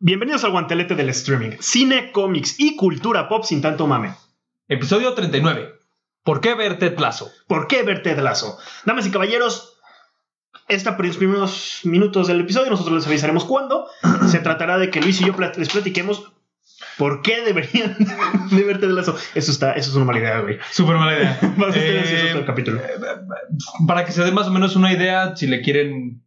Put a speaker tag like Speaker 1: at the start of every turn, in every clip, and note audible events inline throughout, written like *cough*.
Speaker 1: Bienvenidos al guantelete del streaming, cine, cómics y cultura pop sin tanto mame.
Speaker 2: Episodio 39. ¿Por qué verte plazo?
Speaker 1: ¿Por qué verte de lazo? Damas y caballeros, esta pri- los primeros minutos del episodio nosotros les avisaremos cuándo. Se tratará de que Luis y yo plat- les platiquemos por qué deberían *laughs* de verte de lazo. Eso está, eso es una mala idea, güey.
Speaker 2: Súper mala *laughs* idea.
Speaker 1: Vas a estar
Speaker 2: Eh,
Speaker 1: ansioso todo el capítulo.
Speaker 2: Para que se den más o menos una idea, si le quieren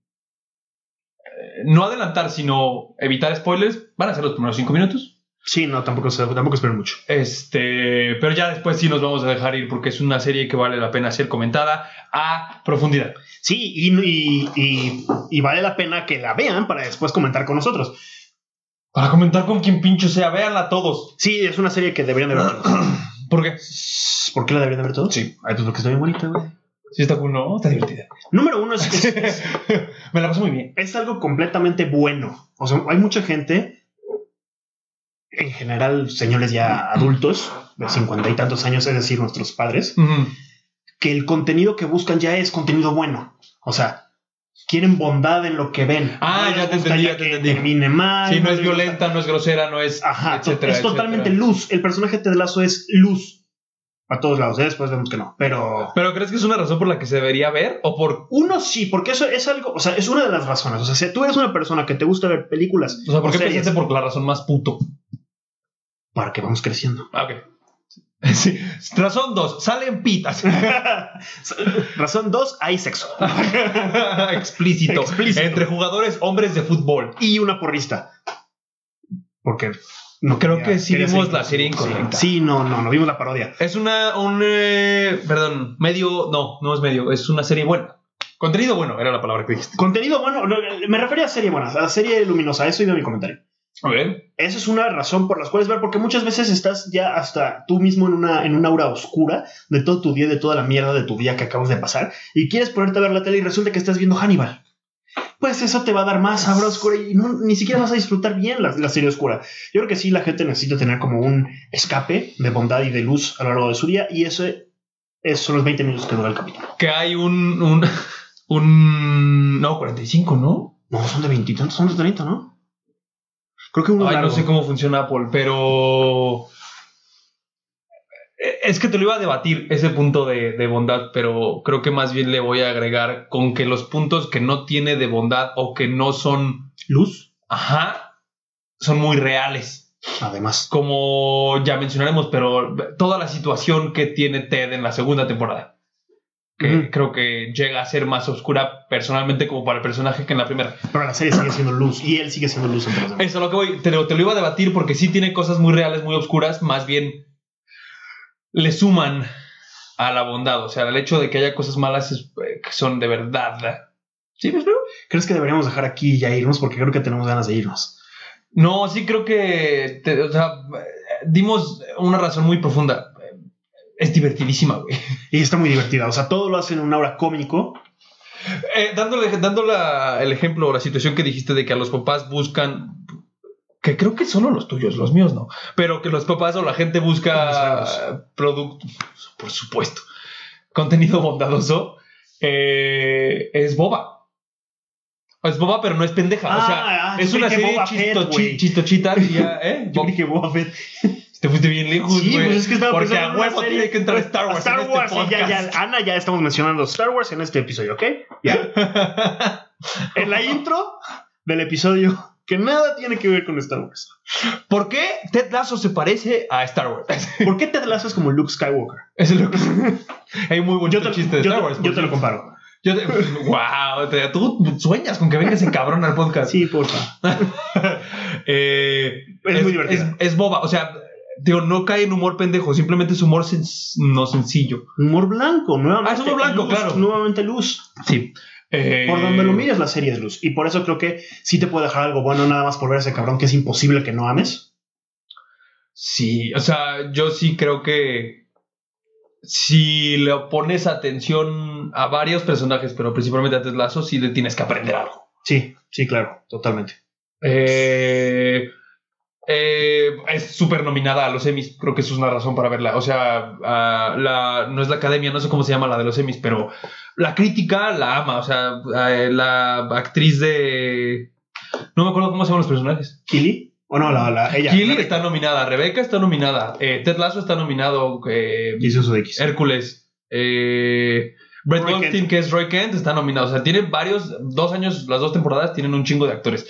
Speaker 2: eh, no adelantar, sino evitar spoilers, van a ser los primeros 5 minutos.
Speaker 1: Sí, no, tampoco, se- tampoco esperen mucho.
Speaker 2: Este, pero ya después sí nos vamos a dejar ir porque es una serie que vale la pena ser comentada a profundidad.
Speaker 1: Sí, y, y- y- y vale la pena que la vean para después comentar con nosotros.
Speaker 2: Para comentar con quien pincho sea, véanla todos.
Speaker 1: Sí, es una serie que deberían de ver todos.
Speaker 2: ¿Por qué?
Speaker 1: ¿Por qué la deberían de ver todos?
Speaker 2: Sí.
Speaker 1: Ay, pues porque está bien bonita, güey.
Speaker 2: Sí, está cool, no, está divertida.
Speaker 1: Número uno es, es-
Speaker 2: *laughs* Me la paso muy bien.
Speaker 1: es algo completamente bueno. O sea, hay mucha gente, en general, señores ya adultos, de cincuenta y tantos años, es decir, nuestros padres,
Speaker 2: Ujú.
Speaker 1: que el contenido que buscan ya es contenido bueno. O sea, quieren bondad en lo que ven.
Speaker 2: Ah,
Speaker 1: les
Speaker 2: ya te
Speaker 1: gusta
Speaker 2: entendí, ya
Speaker 1: que
Speaker 2: te entendí.
Speaker 1: Termine mal.
Speaker 2: Sí, no es
Speaker 1: les gusta-
Speaker 2: violenta, no es grosera, no es.
Speaker 1: Ajá, to-
Speaker 2: etcétera,
Speaker 1: es totalmente
Speaker 2: etcétera.
Speaker 1: luz. El personaje de Lazo es luz. A todos lados, ¿eh? después vemos que no. Pero
Speaker 2: ¿Pero crees que es una razón por la que se debería ver? ¿O por.?
Speaker 1: uno sí, porque eso es algo, o sea, es una de las razones. O sea, si tú eres una persona que te gusta ver películas,
Speaker 2: O sea, ¿por
Speaker 1: O
Speaker 2: qué
Speaker 1: series.
Speaker 2: pensaste por la razón más puto?
Speaker 1: para que vamos creciendo.
Speaker 2: *laughs* Ah, ok. Sí. Razón dos, salen pitas. *laughs*
Speaker 1: Razón 2, hay sexo.
Speaker 2: Explícito.
Speaker 1: Explícito.
Speaker 2: Entre jugadores hombres de fútbol.
Speaker 1: Y una porrista. Porque no
Speaker 2: Creo
Speaker 1: quería-
Speaker 2: que sí
Speaker 1: quería ser
Speaker 2: vimos la
Speaker 1: inclusivo.
Speaker 2: serie incorrecta.
Speaker 1: Sí, no, no, no vimos la parodia.
Speaker 2: Es una. Un. eh, perdón, medio. No, no es medio. Es una serie buena. Contenido bueno, era la palabra que dijiste.
Speaker 1: Contenido bueno, no, me refería a serie buena, a serie luminosa, eso iba mi comentario.
Speaker 2: A ver.
Speaker 1: Esa es una razón por las cuales ver, porque muchas veces estás ya hasta tú mismo en una, en una aura oscura de todo tu día, de toda la mierda de tu día que acabas de pasar, y quieres ponerte a ver la tele y resulta que estás viendo Hannibal. Pues eso te va a dar más sabor oscura y no- ni siquiera vas a disfrutar bien la, la serie oscura. Yo creo que sí, la gente necesita tener como un escape de bondad y de luz a lo largo de su día, y eso es, son los 20 minutos que dura el capítulo.
Speaker 2: Que hay un. un *laughs* un. No, 45, ¿no?
Speaker 1: No, son de veintitantos, son de 30, ¿no? Creo que uno
Speaker 2: Ay, no
Speaker 1: largo.
Speaker 2: sé cómo funciona Apple, pero. eh, Es que te lo iba a debatir ese punto de, de bondad, pero creo que más bien le voy a agregar con que los puntos que no tiene de bondad o que no son.
Speaker 1: luz,
Speaker 2: Ajá. Son muy reales.
Speaker 1: además.
Speaker 2: Como ya mencionaremos, pero toda la situación que tiene Ted en la segunda temporada. Que
Speaker 1: Ujú.
Speaker 2: creo que llega a ser más oscura personalmente como para el personaje que en la primera.
Speaker 1: Pero la serie sigue siendo luz y él sigue siendo luz entre los demás.
Speaker 2: Eso es lo que voy. Te lo, te lo iba a debatir porque sí tiene cosas muy reales, muy oscuras. Más bien le suman a la bondad. O sea, el hecho de que haya cosas malas es, eh, que son de verdad. ¿Sí me explico?
Speaker 1: ¿Crees que deberíamos dejar aquí y ya irnos? Porque creo que tenemos ganas de irnos.
Speaker 2: No, sí creo que. te- o sea, eh, dimos una razón muy profunda. Es divertidísima, güey.
Speaker 1: Y está muy divertida. O sea, todo lo hacen en una hora cómico.
Speaker 2: Eh, dándole, dando la- el ejemplo o la situación que dijiste de que a los papás buscan. Que creo que solo los tuyos, los míos no. Pero que los papás o la gente
Speaker 1: Los
Speaker 2: busca producto, por supuesto, contenido bondadoso. eh, es boba. Es boba, pero no es pendeja. o sea,
Speaker 1: Ah, ah,
Speaker 2: es
Speaker 1: yo
Speaker 2: una
Speaker 1: creí que
Speaker 2: serie
Speaker 1: Boba
Speaker 2: chisto,
Speaker 1: Fett, güey.
Speaker 2: chi- chistochita. que ya, ¿eh?
Speaker 1: *laughs* Yo
Speaker 2: Bob-
Speaker 1: creí que Boba Fett.
Speaker 2: Te fuiste bien lejos,
Speaker 1: Sí,
Speaker 2: güey.
Speaker 1: pues es que estaba
Speaker 2: Porque
Speaker 1: pensando
Speaker 2: a
Speaker 1: en una
Speaker 2: huevo
Speaker 1: serie.
Speaker 2: tiene
Speaker 1: *laughs*
Speaker 2: que entrar Star Wars. en
Speaker 1: Star
Speaker 2: este
Speaker 1: Wars, sí, ya, ya.
Speaker 2: podcast.
Speaker 1: Ana, ya estamos mencionando Star Wars en este episodio, ¿ok?
Speaker 2: *laughs*
Speaker 1: Ya. En la intro del episodio que nada tiene que ver con Star Wars.
Speaker 2: ¿Por qué Ted Lasso se parece a Star Wars?
Speaker 1: ¿Por qué te lanzas como Luke Skywalker?
Speaker 2: Eso es lo que. *laughs* Hay muy buen
Speaker 1: Yo te,
Speaker 2: chiste de
Speaker 1: yo
Speaker 2: Star
Speaker 1: te-
Speaker 2: Wars.
Speaker 1: yo te lo comparo. *laughs*
Speaker 2: wow, pues, tú sueñas con que venga ese cabrón al podcast.
Speaker 1: Sí, porfa.
Speaker 2: *laughs* Eh,
Speaker 1: Es muy divertida.
Speaker 2: Es, es boba, o sea, digo, no cae en humor pendejo, simplemente es humor sen- no sencillo.
Speaker 1: Humor blanco, nuevamente.
Speaker 2: Ah, es humor blanco,
Speaker 1: luz,
Speaker 2: claro.
Speaker 1: Nuevamente luz.
Speaker 2: Sí. Eh,
Speaker 1: Por donde lo mires, la serie es luz. Y por eso creo que sí te puede dejar algo bueno, nada más por ver a ese cabrón que es imposible que no ames.
Speaker 2: Sí, o sea, yo sí creo que si le pones atención a varios personajes, pero principalmente a Ted Lasso, sí le tienes que aprender algo.
Speaker 1: Sí, sí, claro, totalmente.
Speaker 2: Eh, eh, es súper nominada a los Emmys, creo que eso es una razón para verla. O sea, a la, no es la academia, no sé cómo se llama la de los Emmys, pero la crítica la ama. O sea, eh, la actriz de No me acuerdo cómo se llaman los personajes.
Speaker 1: ¿Kili? O no, la, la- ella.
Speaker 2: Killy
Speaker 1: Rebeca.
Speaker 2: está nominada, Rebeca está nominada, eh, Ted Lasso está nominado, eh,
Speaker 1: Jesus Sudeikis.
Speaker 2: Hércules, eh, Brett
Speaker 1: Roy
Speaker 2: Goldstein, que es Roy Kent, está nominado. O sea, tiene varios, dos años, las dos temporadas tienen un chingo de actores.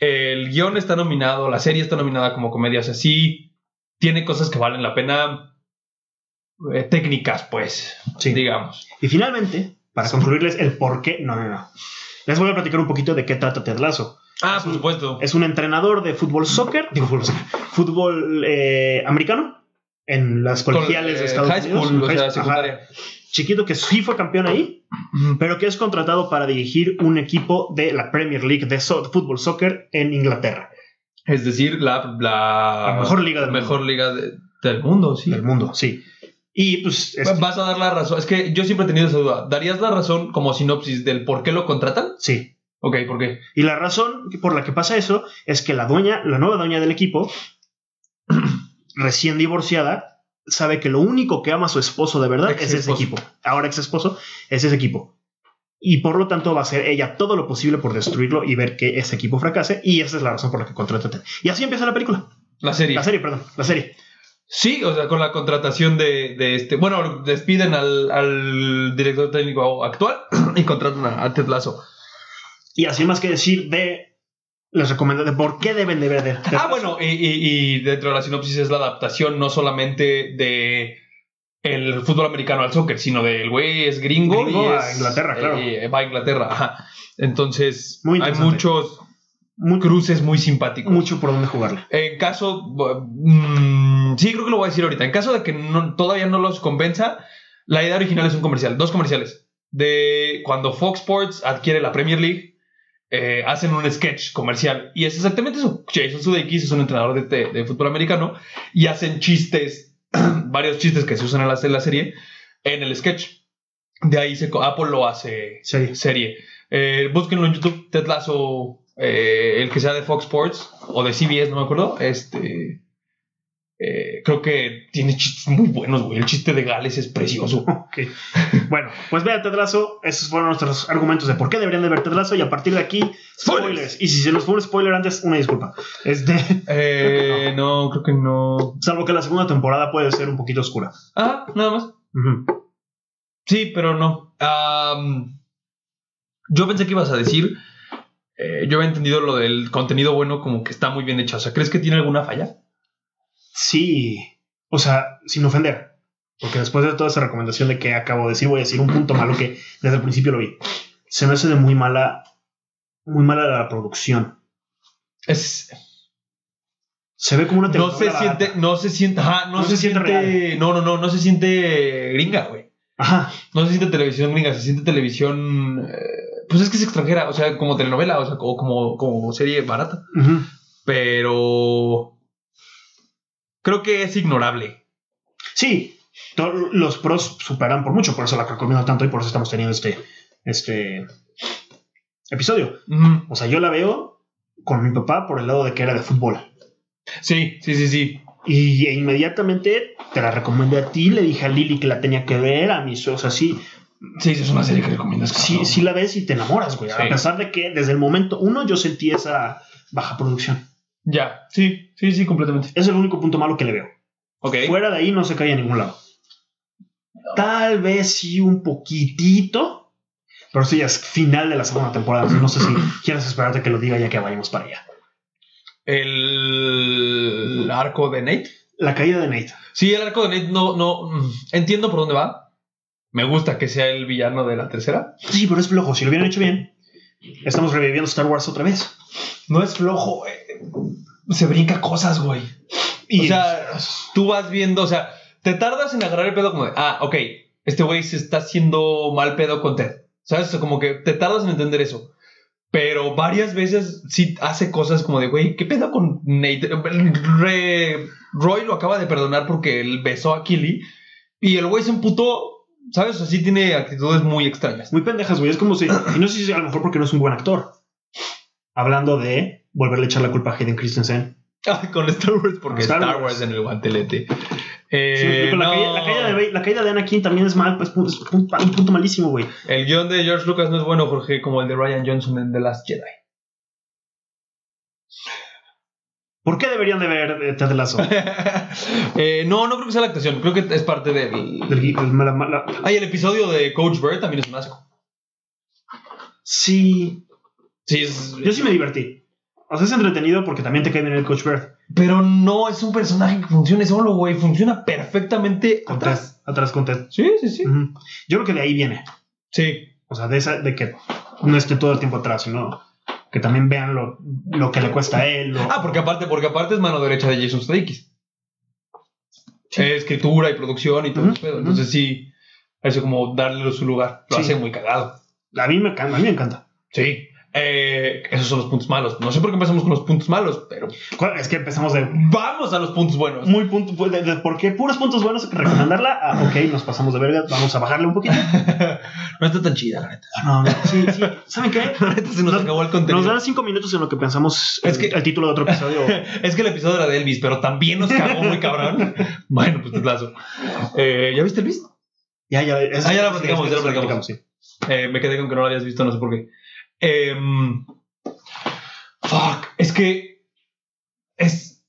Speaker 2: El guión está nominado, la serie está nominada como comedia. O sea, sí tiene cosas que valen la pena. eh, técnicas, pues,
Speaker 1: Sí.
Speaker 2: digamos.
Speaker 1: Y finalmente, para concluirles el por qué, no, no, no. Les voy a platicar un poquito de qué trata Ted Lasso.
Speaker 2: Ah, por supuesto.
Speaker 1: Es un entrenador de fútbol soccer, digo fútbol, soccer, fútbol eh, americano en las colegiales
Speaker 2: Con,
Speaker 1: de
Speaker 2: eh,
Speaker 1: Estados
Speaker 2: high
Speaker 1: Unidos.
Speaker 2: school, o
Speaker 1: High-
Speaker 2: sea,
Speaker 1: ajá.
Speaker 2: secundaria.
Speaker 1: chiquito que sí fue campeón ahí, pero que es contratado para dirigir un equipo de la Premier League de so- fútbol soccer en Inglaterra,
Speaker 2: Es decir, la, la,
Speaker 1: La mejor liga del
Speaker 2: Ah, mejor liga de- del mundo, sí.
Speaker 1: del mundo, sí. Y pues es-
Speaker 2: Vas a dar la razón. Es que yo siempre he tenido esa duda. ¿Darías la razón como sinopsis del por qué lo contratan?
Speaker 1: sí,
Speaker 2: Ok, ¿por qué?
Speaker 1: Y la razón por la que pasa eso es que la dueña, la nueva dueña del equipo, *clears throat* recién divorciada, sabe que lo único que ama a su esposo de verdad es ese
Speaker 2: Ex-esposo.
Speaker 1: equipo. Ahora ex esposo es ese equipo. Y por lo tanto va a hacer ella todo lo posible por destruirlo y ver que ese equipo fracase. Y esa es la razón por la que contrata a Ted. Y así empieza la película.
Speaker 2: La serie.
Speaker 1: La serie, perdón. La serie.
Speaker 2: Sí, o sea, con la contratación de, de este. Bueno, despiden al, al director técnico actual *clears throat* y contratan a, a Ted Lasso.
Speaker 1: Y así más que decir de... Les recomiendo de por qué deben de ver de- de-
Speaker 2: Ah, bueno, y, y- y dentro de la sinopsis es la adaptación no solamente de el fútbol americano al soccer, sino del güey es gringo,
Speaker 1: Gringo
Speaker 2: y
Speaker 1: a
Speaker 2: es-
Speaker 1: Inglaterra, claro.
Speaker 2: y va a Inglaterra. ajá. Entonces,
Speaker 1: Muy
Speaker 2: hay
Speaker 1: interesante.
Speaker 2: muchos
Speaker 1: Mu-
Speaker 2: cruces muy simpáticos.
Speaker 1: mucho por dónde jugarle.
Speaker 2: En caso. bu- mm, sí, creo que lo voy a decir ahorita. En caso de que no- todavía no los convenza, la idea original es un comercial, dos comerciales. De cuando Fox Sports adquiere la Premier League, eh, hacen un sketch comercial. Y es exactamente eso. Jason Sudeikis es un entrenador de, de- de fútbol americano y hacen chistes, *clears throat* varios chistes que se usan en la, en la serie, en el sketch. De ahí se, co- Apple lo hace
Speaker 1: Sí.
Speaker 2: serie. Eh, búsquenlo en YouTube, Ted Lasso, eh, el que sea de Fox Sports o de CBS, no me acuerdo. Este. eh, creo que tiene chistes muy buenos, güey. El chiste de Gales es precioso. *laughs*
Speaker 1: Ok. Bueno, pues vea Ted Lasso. Esos fueron nuestros argumentos de por qué deberían de ver Ted Lasso. Y a partir de aquí, spoilers.
Speaker 2: Spoilers.
Speaker 1: Y si se nos fue un spoiler antes, una disculpa. Este,
Speaker 2: Eh, no, creo que no.
Speaker 1: salvo que la segunda temporada puede ser un poquito oscura.
Speaker 2: Ah, nada más.
Speaker 1: Ujú.
Speaker 2: Sí, pero no. Am, yo pensé que ibas a decir. eh, yo había entendido lo del contenido bueno como que está muy bien hecho. O sea, ¿crees que tiene alguna falla?
Speaker 1: Sí. O sea, sin ofender. Porque después de toda esa recomendación de que acabo de decir, voy a decir un punto malo que desde el principio lo vi. Se me hace de muy mala, muy mala la producción.
Speaker 2: Es,
Speaker 1: Se ve como una
Speaker 2: no se
Speaker 1: telenovela
Speaker 2: siente,
Speaker 1: barata.
Speaker 2: no se siente, ajá, no, se, siente, no, no, no, no se siente gringa, güey.
Speaker 1: Ajá.
Speaker 2: No se siente televisión gringa, se siente televisión, eh, pues es que es extranjera, o sea, como telenovela, o sea, o como, como serie barata.
Speaker 1: Ujú.
Speaker 2: Pero creo que es ignorable.
Speaker 1: Sí, to- los pros superan por mucho, por eso la recomiendo tanto y por eso estamos teniendo este, este episodio.
Speaker 2: Ujú.
Speaker 1: O sea, yo la veo con mi papá por el lado de que era de fútbol.
Speaker 2: Sí, sí, sí, sí.
Speaker 1: Y inmediatamente te la recomendé a ti, le dije a Lili que la tenía que ver, a mis... O sea, sí,
Speaker 2: Sí, es una serie que recomiendas.
Speaker 1: sí,
Speaker 2: cabrón.
Speaker 1: sí la ves y te enamoras, güey. A
Speaker 2: Sí.
Speaker 1: pesar de que desde el momento uno yo sentí esa baja producción.
Speaker 2: Ya, sí, sí, sí, completamente.
Speaker 1: Es el único punto malo que le veo.
Speaker 2: Ok.
Speaker 1: Fuera de ahí no se cae a ningún lado. Tal vez sí un poquitito, pero sí ya es final de la segunda temporada. No sé si
Speaker 2: *clears throat*
Speaker 1: quieres esperarte que lo diga ya que vayamos para allá.
Speaker 2: El arco de Nate.
Speaker 1: La caída de Nate.
Speaker 2: Sí, el arco de Nate no, no mm, entiendo por dónde va. Me gusta que sea el villano de la tercera.
Speaker 1: Sí, pero es flojo. Si lo hubieran hecho bien, estamos reviviendo Star Wars otra vez.
Speaker 2: No es flojo, güey. Se brinca cosas, güey.
Speaker 1: Y
Speaker 2: O sea, tú vas viendo, o sea, te tardas en agarrar el pedo como de, ah, ok, este güey se está haciendo mal pedo con Ted. ¿Sabes? O sea, como que te tardas en entender eso. Pero varias veces sí hace cosas como de, güey, ¿qué pedo con Nate? Re- Roy lo acaba de perdonar porque él besó a Killy y el güey se emputó, ¿sabes? O sea, sí tiene actitudes muy extrañas.
Speaker 1: muy pendejas, güey. Es como si. Y no sé si a lo mejor porque no es un buen actor. Hablando de volverle a echar la culpa a Hayden Christensen.
Speaker 2: Ay, con Star Wars, porque
Speaker 1: Star
Speaker 2: Star,
Speaker 1: Wars.
Speaker 2: Wars. en el guantelete.
Speaker 1: Sí,
Speaker 2: Eh,
Speaker 1: pero la,
Speaker 2: no.
Speaker 1: caída, la caída de, Rey- la caída de Anakin también es mal, pues, un, un punto malísimo, güey. *laughs*
Speaker 2: El guión de George Lucas no es bueno, Jorge, como el de Ryan Johnson en The Last Jedi.
Speaker 1: ¿Por qué deberían de ver eh, Ted Lasso?
Speaker 2: Eh, no, no creo que sea la actuación. Creo que es parte del.
Speaker 1: Del- del- la- la-
Speaker 2: Ay, el episodio de Coach Bird también es un asco.
Speaker 1: Sí,
Speaker 2: Sí, es.
Speaker 1: yo sí me divertí. O sea, es entretenido porque también te cae bien el Coach Bird.
Speaker 2: Pero no es un personaje que funcione solo, güey. Funciona perfectamente
Speaker 1: Con Mm. Ted,
Speaker 2: atrás.
Speaker 1: atrás con Ted.
Speaker 2: Sí, sí, sí.
Speaker 1: Ujú. Yo creo que de ahí viene.
Speaker 2: Sí.
Speaker 1: O sea, de, esa, de que no esté todo el tiempo atrás, sino que también vean lo, lo que le cuesta a él. lo-
Speaker 2: Ah, porque aparte, porque aparte es mano derecha de Jason Sudeikis. Eh, escritura y producción y todo
Speaker 1: Ujú,
Speaker 2: ese pedo.
Speaker 1: ujú.
Speaker 2: Entonces sí, eso como darle su lugar. Lo
Speaker 1: Sí.
Speaker 2: hace muy cagado.
Speaker 1: A mí me encanta, a mí me encanta.
Speaker 2: Sí. Eh, esos son los puntos malos. No sé por qué empezamos con los puntos malos, pero
Speaker 1: ¿Cuál- Es que empezamos de
Speaker 2: vamos a los puntos buenos.
Speaker 1: muy punto, pues, de, de- ¿por qué puros puntos buenos recomendarla? Ah, ok, nos pasamos de verga, vamos a bajarle un poquito.
Speaker 2: no está tan chida, la neta.
Speaker 1: Ah, No, no, sí, sí. ¿Saben qué?
Speaker 2: La neta se nos
Speaker 1: Nos-
Speaker 2: acabó el contenido.
Speaker 1: Nos dan cinco minutos en lo que pensamos
Speaker 2: Es
Speaker 1: es
Speaker 2: que-
Speaker 1: que el título de otro episodio.
Speaker 2: Es que el episodio era de Elvis, pero también nos cagó muy
Speaker 1: *laughs*
Speaker 2: cabrón. bueno, pues te lazo. Eh, ¿Ya viste Elvis?
Speaker 1: ya, ya, es-
Speaker 2: Ah, ya lo
Speaker 1: sí,
Speaker 2: platicamos,
Speaker 1: es-
Speaker 2: ya lo
Speaker 1: es-
Speaker 2: platicamos.
Speaker 1: sí.
Speaker 2: Eh, me quedé con que no lo habías visto, no sé por qué. Em, fuck, es que es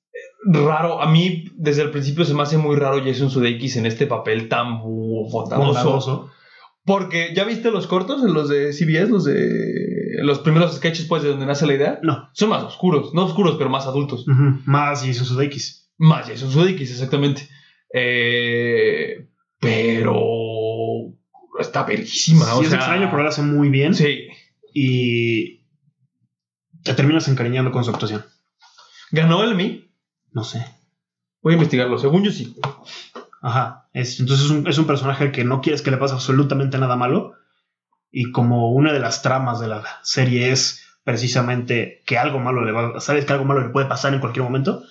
Speaker 2: raro. A mí, desde el principio, se me hace muy raro Jason Sudeikis en este papel tan bu- bondadoso.
Speaker 1: Bondadoso.
Speaker 2: Porque, ¿ya viste los cortos? Los de CBS, los de los primeros sketches, pues, de donde nace la idea.
Speaker 1: No.
Speaker 2: Son más oscuros, no oscuros, pero más adultos.
Speaker 1: Ujú. Más Jason Sudeikis.
Speaker 2: Más Jason Sudeikis, exactamente. Eh, pero está verguísima.
Speaker 1: Sí,
Speaker 2: o
Speaker 1: es
Speaker 2: sea,
Speaker 1: extraño, pero lo hace muy bien.
Speaker 2: Sí.
Speaker 1: Y te terminas encariñando con su actuación.
Speaker 2: ¿Ganó el Mi?
Speaker 1: No sé.
Speaker 2: Voy a investigarlo. Según yo sí.
Speaker 1: Ajá. Es- entonces es un, es un personaje que no quieres que le pase absolutamente nada malo. Y como una de las tramas de la serie es precisamente que algo malo le va Sabes que algo malo le puede pasar en cualquier momento.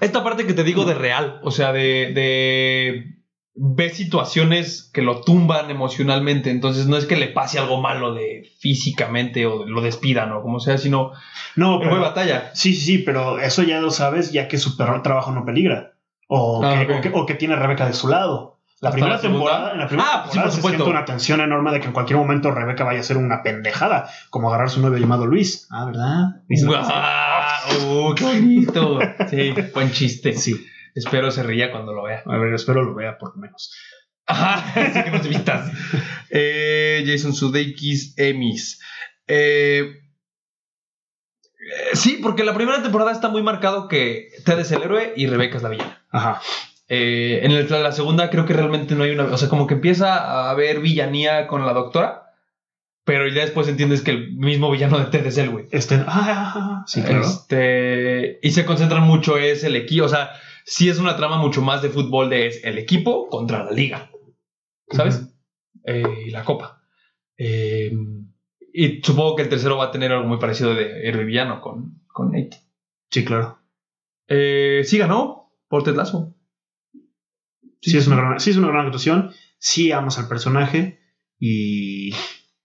Speaker 2: Esta parte que te digo de real, o sea, de, de ve situaciones que lo tumban emocionalmente, entonces no es que le pase algo malo de físicamente o lo despidan o como sea, sino
Speaker 1: No,
Speaker 2: el güey
Speaker 1: pero.
Speaker 2: batalla.
Speaker 1: Sí, sí, sí, pero eso ya lo sabes ya que su perro trabajo no peligra. O,
Speaker 2: Ah,
Speaker 1: que,
Speaker 2: ok.
Speaker 1: o que- o que tiene a Rebeca de su lado. La
Speaker 2: Hasta
Speaker 1: primera
Speaker 2: la segunda.
Speaker 1: temporada, en la primera
Speaker 2: Ah, sí,
Speaker 1: temporada
Speaker 2: por
Speaker 1: se
Speaker 2: supuesto.
Speaker 1: siente una tensión enorme de que en cualquier momento Rebeca vaya a hacer una pendejada, como agarrar a su novio llamado Luis. Ah, ¿verdad? Dice-
Speaker 2: ¡Guau! ¡Uh, qué bonito! Sí, buen chiste.
Speaker 1: Sí,
Speaker 2: Espero se ría cuando lo vea.
Speaker 1: a ver, espero lo vea por lo menos.
Speaker 2: Ajá, *laughs* así que no te vistas. Eh, Jason Sudeikis, Emmys. Eh, eh, sí, porque la primera temporada está muy marcado que Ted es el héroe y Rebeca es la villana.
Speaker 1: Ajá.
Speaker 2: Eh, en el- la segunda creo que realmente no hay una... O sea, como que empieza a haber villanía con la doctora, pero ya después entiendes que el mismo villano de Ted es el güey.
Speaker 1: Este, ah, ah, ah, sí, claro.
Speaker 2: Este, y se concentran mucho es el equipo, o sea, sí es una trama mucho más de fútbol de es el equipo contra la liga, ¿sabes?
Speaker 1: Ujú.
Speaker 2: Eh, y la copa. Eh, y supongo que el tercero va a tener algo muy parecido de héroe y villano con, con Nate.
Speaker 1: Sí, claro.
Speaker 2: Eh, sí ganó por Ted Lasso.
Speaker 1: Sí, es una gran, sí, es una gran actuación. Sí, amas al personaje. Y,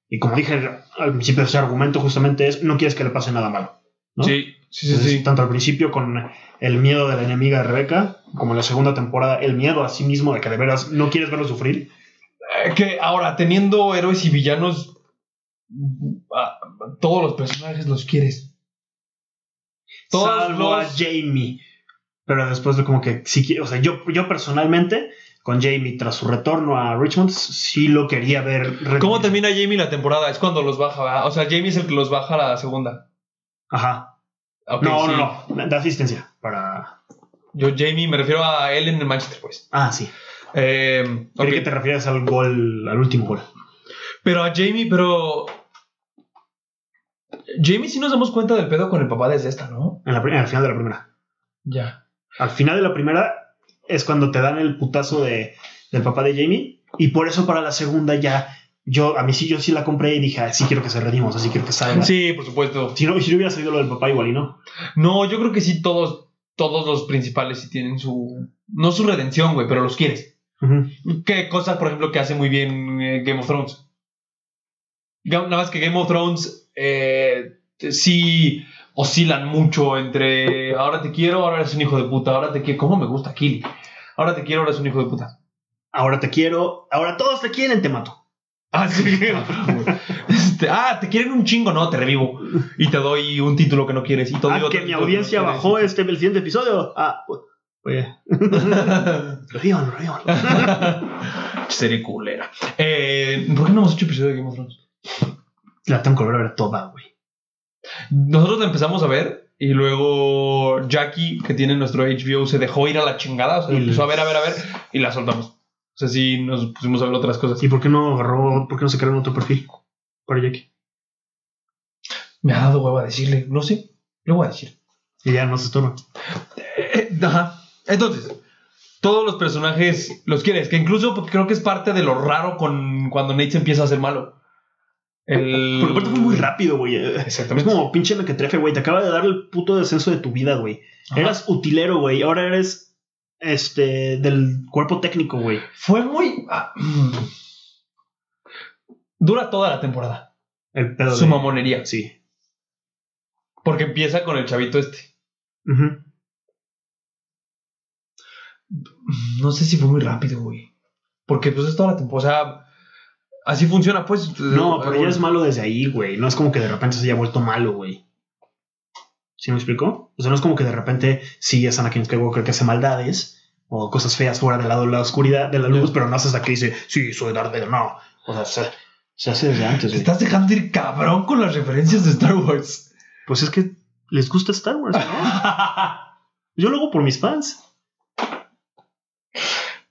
Speaker 1: y como dije al principio, ese argumento justamente es: no quieres que le pase nada malo. ¿no?
Speaker 2: Sí, sí, sí,
Speaker 1: Entonces,
Speaker 2: sí.
Speaker 1: Tanto al principio con el miedo de la enemiga de Rebeca, como en la segunda temporada, el miedo a sí mismo de que de veras no quieres verlo sufrir.
Speaker 2: Eh, Que ahora, teniendo héroes y villanos, a- a todos los personajes los quieres. Todos
Speaker 1: salvo
Speaker 2: los-
Speaker 1: a Jamie. Pero después de como que sí quiero- o sea, yo, yo personalmente, con Jamie tras su retorno a Richmond, sí lo quería ver. redimido.
Speaker 2: ¿Cómo termina Jamie la temporada? Es cuando los baja, ¿verdad? O sea, Jamie es el que los baja a la segunda.
Speaker 1: Ajá.
Speaker 2: Ok,
Speaker 1: no,
Speaker 2: sí.
Speaker 1: no, no. Da asistencia para.
Speaker 2: Yo, Jamie, me refiero a él en el Manchester, pues.
Speaker 1: Ah, sí.
Speaker 2: Eh,
Speaker 1: Creí
Speaker 2: ok.
Speaker 1: que te refieres al gol, al último gol.
Speaker 2: Pero a Jamie, pero. Jamie sí nos damos cuenta del pedo con el papá desde esta, ¿no?
Speaker 1: En la, pri- al final de la primera.
Speaker 2: Ya.
Speaker 1: Al final de la primera es cuando te dan el putazo de, del papá de Jamie. Y por eso para la segunda ya. Yo, a mí sí, yo sí la compré y dije, "Ah, sí quiero que se redimos, así quiero que salga.
Speaker 2: Sí, por supuesto.
Speaker 1: Si no, si no hubiera salido lo del papá igual y no.
Speaker 2: No, yo creo que sí, todos, todos los principales sí tienen su. No su redención, güey, pero los quieres.
Speaker 1: Ujú.
Speaker 2: Qué cosas, por ejemplo, que hace muy bien eh, Game of Thrones. Ga- Nada más que Game of Thrones eh, te- sí oscilan mucho entre ahora te quiero, ahora eres un hijo de puta, ahora te quiero. ¿Cómo me gusta Killy? Ahora te quiero, ahora eres un hijo de puta. *laughs*
Speaker 1: Ahora te quiero, ahora todos te quieren, te mato.
Speaker 2: Ah, sí. Este, ah, te quieren un chingo, no, te revivo. Y te doy un título que no quieres. Y te doy
Speaker 1: Ah,
Speaker 2: otro
Speaker 1: que mi
Speaker 2: título
Speaker 1: audiencia
Speaker 2: no
Speaker 1: bajó este, el siguiente episodio. Ah, pues, oye,
Speaker 2: quieres. *laughs*
Speaker 1: revívanlo, revívanlo.
Speaker 2: Serie culera. Eh, ¿Por qué no hemos hecho episodio de Game of Thrones?
Speaker 1: La tengo que volver a ver toda, güey.
Speaker 2: Nosotros la empezamos a ver y luego Jackie, que tiene nuestro HBO, se dejó ir a la chingada. O sea,
Speaker 1: Y
Speaker 2: empezó a ver,
Speaker 1: les-
Speaker 2: a ver, a ver y la soltamos. O sea, sí nos pusimos a ver otras cosas.
Speaker 1: ¿Y por qué no agarró, por qué no se crearon otro perfil para Jackie?
Speaker 2: Me ha dado hueva decirle, no sé, le voy a decir.
Speaker 1: Y ya no se estorba.
Speaker 2: Eh, ajá. Entonces, todos los personajes los quieres, que incluso porque creo que es parte de lo raro con cuando Nate se empieza a hacer malo. El...
Speaker 1: Porque aparte fue muy rápido, güey. Eh, Es
Speaker 2: Exactamente.
Speaker 1: como pinche mequetrefe, güey. Te acaba de dar el puto descenso de tu vida, güey.
Speaker 2: Ajá.
Speaker 1: Eras utilero, güey. Ahora eres este del cuerpo técnico, güey.
Speaker 2: Fue muy... ah, mm. Dura toda la temporada.
Speaker 1: El pedo
Speaker 2: su
Speaker 1: de-
Speaker 2: mamonería.
Speaker 1: Sí.
Speaker 2: Porque empieza con el chavito este.
Speaker 1: Ujú.
Speaker 2: No sé si fue muy rápido, güey. Porque pues es toda la temporada. O sea, así funciona, pues.
Speaker 1: No, pero ya
Speaker 2: Eh,
Speaker 1: es malo desde ahí, güey. No es como que de repente se haya vuelto malo, güey. ¿Sí me explico? O sea, no es como que de repente sí es Anakin Skywalker que hace maldades o cosas feas fuera del lado de la oscuridad, de la luz, pero no haces la que dice, sí, soy Darth Vader. No. O sea, se, se hace desde antes,
Speaker 2: Te
Speaker 1: güey.
Speaker 2: estás dejando ir cabrón con las referencias de Star Wars. *laughs*
Speaker 1: Pues es que les gusta Star Wars, ¿no? *laughs* Yo lo hago por mis fans.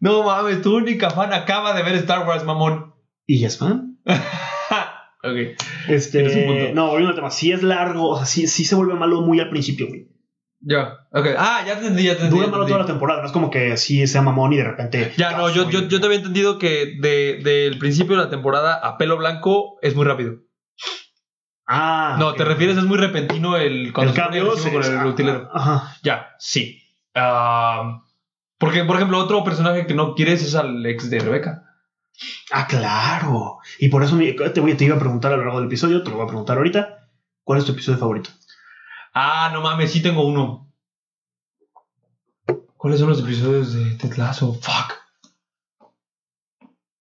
Speaker 2: No mames, tu única fan acaba de ver Star Wars, mamón.
Speaker 1: ¿Y ya es fan?
Speaker 2: ok. Tienes un punto.
Speaker 1: Este, no, volviendo al tema. Sí es largo, o sea, sí, sí se vuelve malo muy al principio, güey.
Speaker 2: Ya, ok. Ah, ya entendí, ya entendí.
Speaker 1: Dura
Speaker 2: ya
Speaker 1: malo
Speaker 2: entendí.
Speaker 1: toda la temporada, no es como que sí sea mamón y de repente.
Speaker 2: Ya, no, yo, yo, yo te había entendido que de, del principio de la temporada a pelo blanco es muy rápido.
Speaker 1: Ah.
Speaker 2: no,
Speaker 1: ok.
Speaker 2: te refieres, es muy repentino el
Speaker 1: El
Speaker 2: se pone
Speaker 1: cambio
Speaker 2: agresivo
Speaker 1: se-
Speaker 2: con
Speaker 1: ah,
Speaker 2: el utilero.
Speaker 1: Ajá.
Speaker 2: Ya, sí. Ah, porque, por ejemplo, otro personaje que no quieres es al ex de Rebeca.
Speaker 1: Ah, claro. Y por eso me- te, voy, te iba a preguntar a lo largo del episodio, te lo voy a preguntar ahorita. ¿Cuál es tu episodio favorito?
Speaker 2: Ah, no mames, sí tengo uno. ¿Cuáles son los episodios de Tetlazo? Fuck.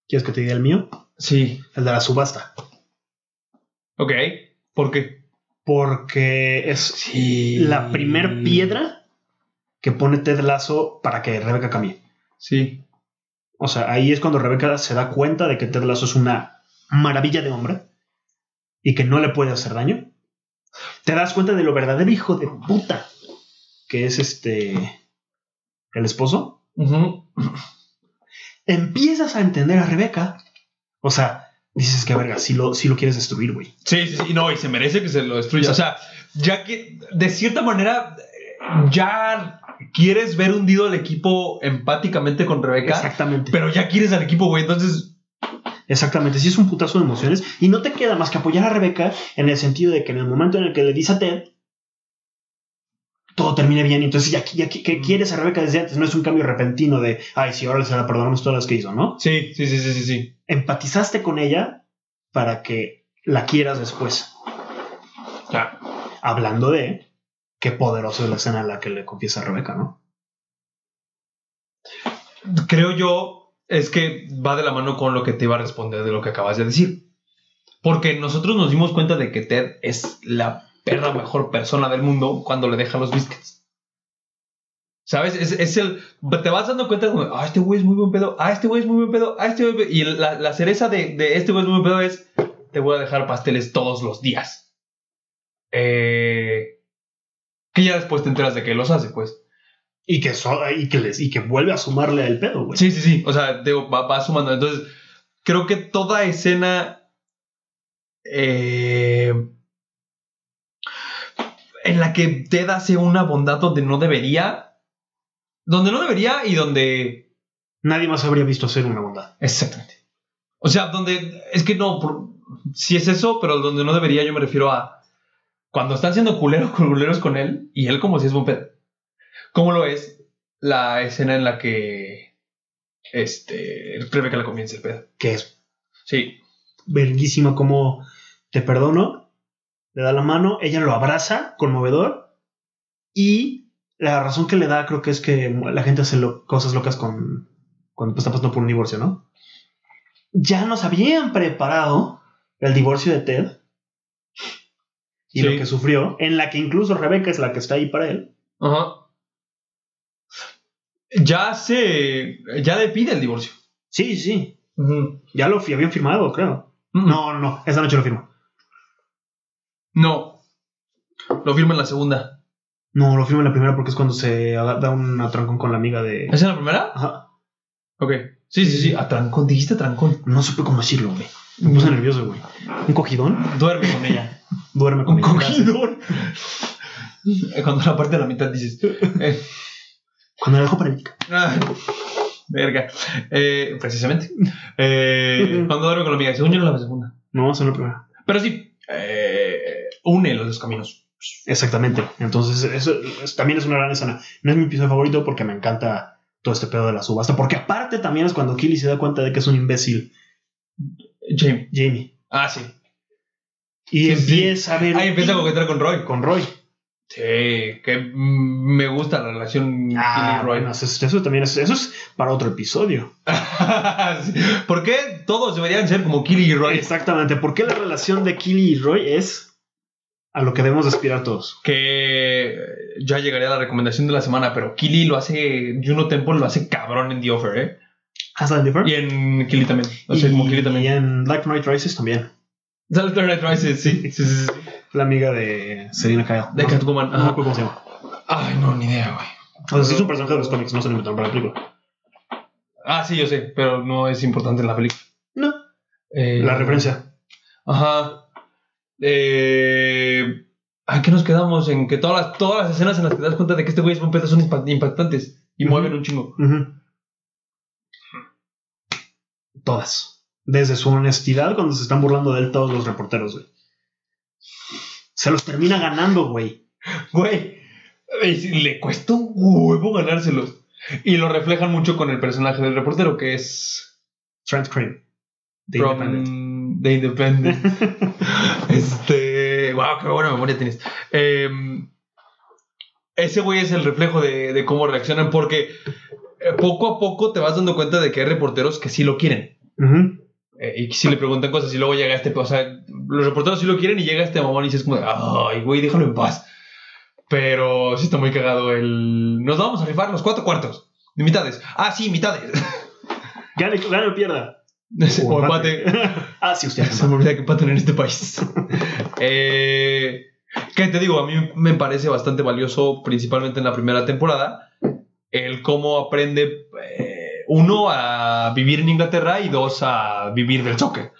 Speaker 1: ¿Quieres que te diga el mío?
Speaker 2: Sí.
Speaker 1: El de la subasta.
Speaker 2: Ok. ¿Por qué?
Speaker 1: Porque es
Speaker 2: Sí.
Speaker 1: la primer piedra que pone Ted Lazo para que Rebeca cambie.
Speaker 2: Sí.
Speaker 1: O sea, ahí es cuando Rebeca se da cuenta de que Ted Lasso es una maravilla de hombre y que no le puede hacer daño. Te das cuenta de lo verdadero hijo de puta que es este. el esposo.
Speaker 2: Ujú.
Speaker 1: Empiezas a entender a Rebeca. O sea, dices que verga, si lo, sí lo quieres destruir, güey.
Speaker 2: Sí, sí, sí. No, y se merece que se lo destruya. O sea, ya que de cierta manera eh, ya quieres ver hundido al equipo empáticamente con Rebeca,
Speaker 1: Exactamente.
Speaker 2: pero ya quieres al equipo, güey. Entonces,
Speaker 1: Exactamente, sí es un putazo de emociones. Y no te queda más que apoyar a Rebeca en el sentido de que en el momento en el que le dice a Ted, todo termina bien. Y entonces ya, ya que que quieres a Rebeca desde antes, no es un cambio repentino de, ay, sí, ahora se la perdonamos todas las que hizo, ¿no?
Speaker 2: sí, sí, sí, sí, sí. sí.
Speaker 1: Empatizaste con ella para que la quieras después.
Speaker 2: Ya.
Speaker 1: Hablando de qué poderosa es la escena en la que le confiesa a Rebeca, ¿no?
Speaker 2: Creo yo es que va de la mano con lo que te iba a responder de lo que acabas de decir. Porque nosotros nos dimos cuenta de que Ted es la perra mejor persona del mundo cuando le dejan los biscuits. ¿Sabes? Es, es el. Te vas dando cuenta como, ah, este güey es muy buen pedo, ah, este güey es muy buen pedo, ah, este güey. es bu-". Y la, la cereza de, de este güey es muy buen pedo es: te voy a dejar pasteles todos los días. Eh, que ya después te enteras de que los hace, pues.
Speaker 1: Y que, so- y que, les, y que vuelve a sumarle el pedo, güey.
Speaker 2: Sí, sí, sí. O sea, digo, va, va sumando. Entonces, creo que toda escena. eh, en la que Ted hace una bondad donde no debería. Donde no debería y donde.
Speaker 1: Nadie más habría visto hacer una bondad.
Speaker 2: Exactamente. O sea, donde. Es que no. si es eso, pero donde no debería, yo me refiero a. Cuando están siendo culeros, *laughs* culeros con él y él como si es buen pedo. ¿Cómo lo es la escena en la que. Este. Rebeca le comienza el pedo.
Speaker 1: Que es
Speaker 2: Sí.
Speaker 1: verguísima como te perdono, le da la mano, ella lo abraza, conmovedor, y la razón que le da creo que es que la gente hace lo- cosas locas con pues, cuando está pasando por un divorcio, ¿no? Ya nos habían preparado el divorcio de Ted y
Speaker 2: Sí.
Speaker 1: lo que sufrió, en la que incluso Rebeca es la que está ahí para él.
Speaker 2: Ajá. Ya se. Ya le pide el divorcio.
Speaker 1: Sí, sí, ya lo fi- habían firmado, creo. No, no, no, esa noche lo firmó.
Speaker 2: No. Lo firma en la segunda.
Speaker 1: No, lo firma en la primera porque es cuando se aga- da un atrancón con la amiga de.
Speaker 2: ¿Es en la primera?
Speaker 1: Ajá.
Speaker 2: Ok. Sí, sí, sí. Atrancón. Dijiste atrancón.
Speaker 1: No supe cómo decirlo, güey. Me puse nervioso, güey. ¿Un cogidón?
Speaker 2: Duerme con ella.
Speaker 1: Duerme
Speaker 2: Un
Speaker 1: con
Speaker 2: cogidón. *laughs* Cuando la parte de la mitad dices. eh,
Speaker 1: Cuando la dejó paralítica.
Speaker 2: Ah, verga. Eh, precisamente.
Speaker 1: *laughs*
Speaker 2: Eh, cuando duerme con la amiga, según yo no la segunda.
Speaker 1: No, es en la primera.
Speaker 2: Pero sí, eh, une los dos caminos.
Speaker 1: Exactamente. Entonces, eso es- también es una gran escena. No es mi episodio favorito porque me encanta todo este pedo de la subasta. Porque aparte también es cuando Killy se da cuenta de que es un imbécil,
Speaker 2: Jamie.
Speaker 1: Jamie.
Speaker 2: Ah, sí.
Speaker 1: Y
Speaker 2: Sí, sí.
Speaker 1: empieza a ver
Speaker 2: Ahí empieza a coquetear con Roy.
Speaker 1: con Roy.
Speaker 2: Sí, que mm, me gusta la relación
Speaker 1: Ah,
Speaker 2: Tilly-Roy.
Speaker 1: bueno, eso, eso también es, eso es para otro episodio.
Speaker 2: *laughs* Sí. ¿Por qué todos deberían ser como Killy y Roy?
Speaker 1: Exactamente. ¿Por qué la relación de Killy y Roy es a lo que debemos aspirar todos?
Speaker 2: Que eh, ya llegaría a la recomendación de la semana, pero Killy lo hace, Juno Temple lo hace cabrón en The Offer, ¿eh?
Speaker 1: Haslam Differ.
Speaker 2: Y en Killy también. O sea, como Killy
Speaker 1: y
Speaker 2: también.
Speaker 1: en Black Knight Rises también.
Speaker 2: Sale Twilight Rises, sí, sí, sí, sí.
Speaker 1: La amiga de Selina Kyle.
Speaker 2: De
Speaker 1: no,
Speaker 2: Catwoman.
Speaker 1: no me
Speaker 2: Ajá.
Speaker 1: acuerdo cómo se llama.
Speaker 2: Ay, no, ni idea, güey.
Speaker 1: O sea, sí es un personaje de los cómics, no se lo inventaron para la película.
Speaker 2: Ah, sí, yo sé, pero no es importante en la película.
Speaker 1: No.
Speaker 2: Eh,
Speaker 1: La referencia.
Speaker 2: Ajá. Eh, ¿A qué nos quedamos? En que todas las, todas las escenas en las que te das cuenta de que este güey es un pedo son impa- impactantes y
Speaker 1: Ujú.
Speaker 2: mueven un chingo.
Speaker 1: Ujú. Todas. Desde su honestidad cuando se están burlando de él todos los reporteros, güey. Se los termina ganando, güey.
Speaker 2: Güey, es- le cuesta un huevo ganárselos. Y lo reflejan mucho con el personaje del reportero, que es.
Speaker 1: Trent Crane. De
Speaker 2: From
Speaker 1: Independent. *laughs*
Speaker 2: The Independent. este. Wow, qué buena memoria tienes. Em, ese güey es el reflejo de, de cómo reaccionan, porque eh, poco a poco te vas dando cuenta de que hay reporteros que sí lo quieren.
Speaker 1: Ujú.
Speaker 2: eh, y que sí le preguntan cosas y luego llega este. O sea, los reporteros sí lo quieren y llega este mamón y dices como, de, ay, güey, déjalo en paz. Pero sí está muy cagado el. Nos vamos a rifar los cuatro cuartos. De mitades. Ah, sí, mitades. *laughs*
Speaker 1: Gane, gane o pierda.
Speaker 2: o empate. *laughs*
Speaker 1: ah, sí, usted.
Speaker 2: Se me olvida que empatan en este país. *laughs* Eh, ¿Qué te digo? A mí me parece bastante valioso, principalmente en la primera temporada, el cómo aprende, eh, uno, a vivir en Inglaterra y dos, a vivir del choque.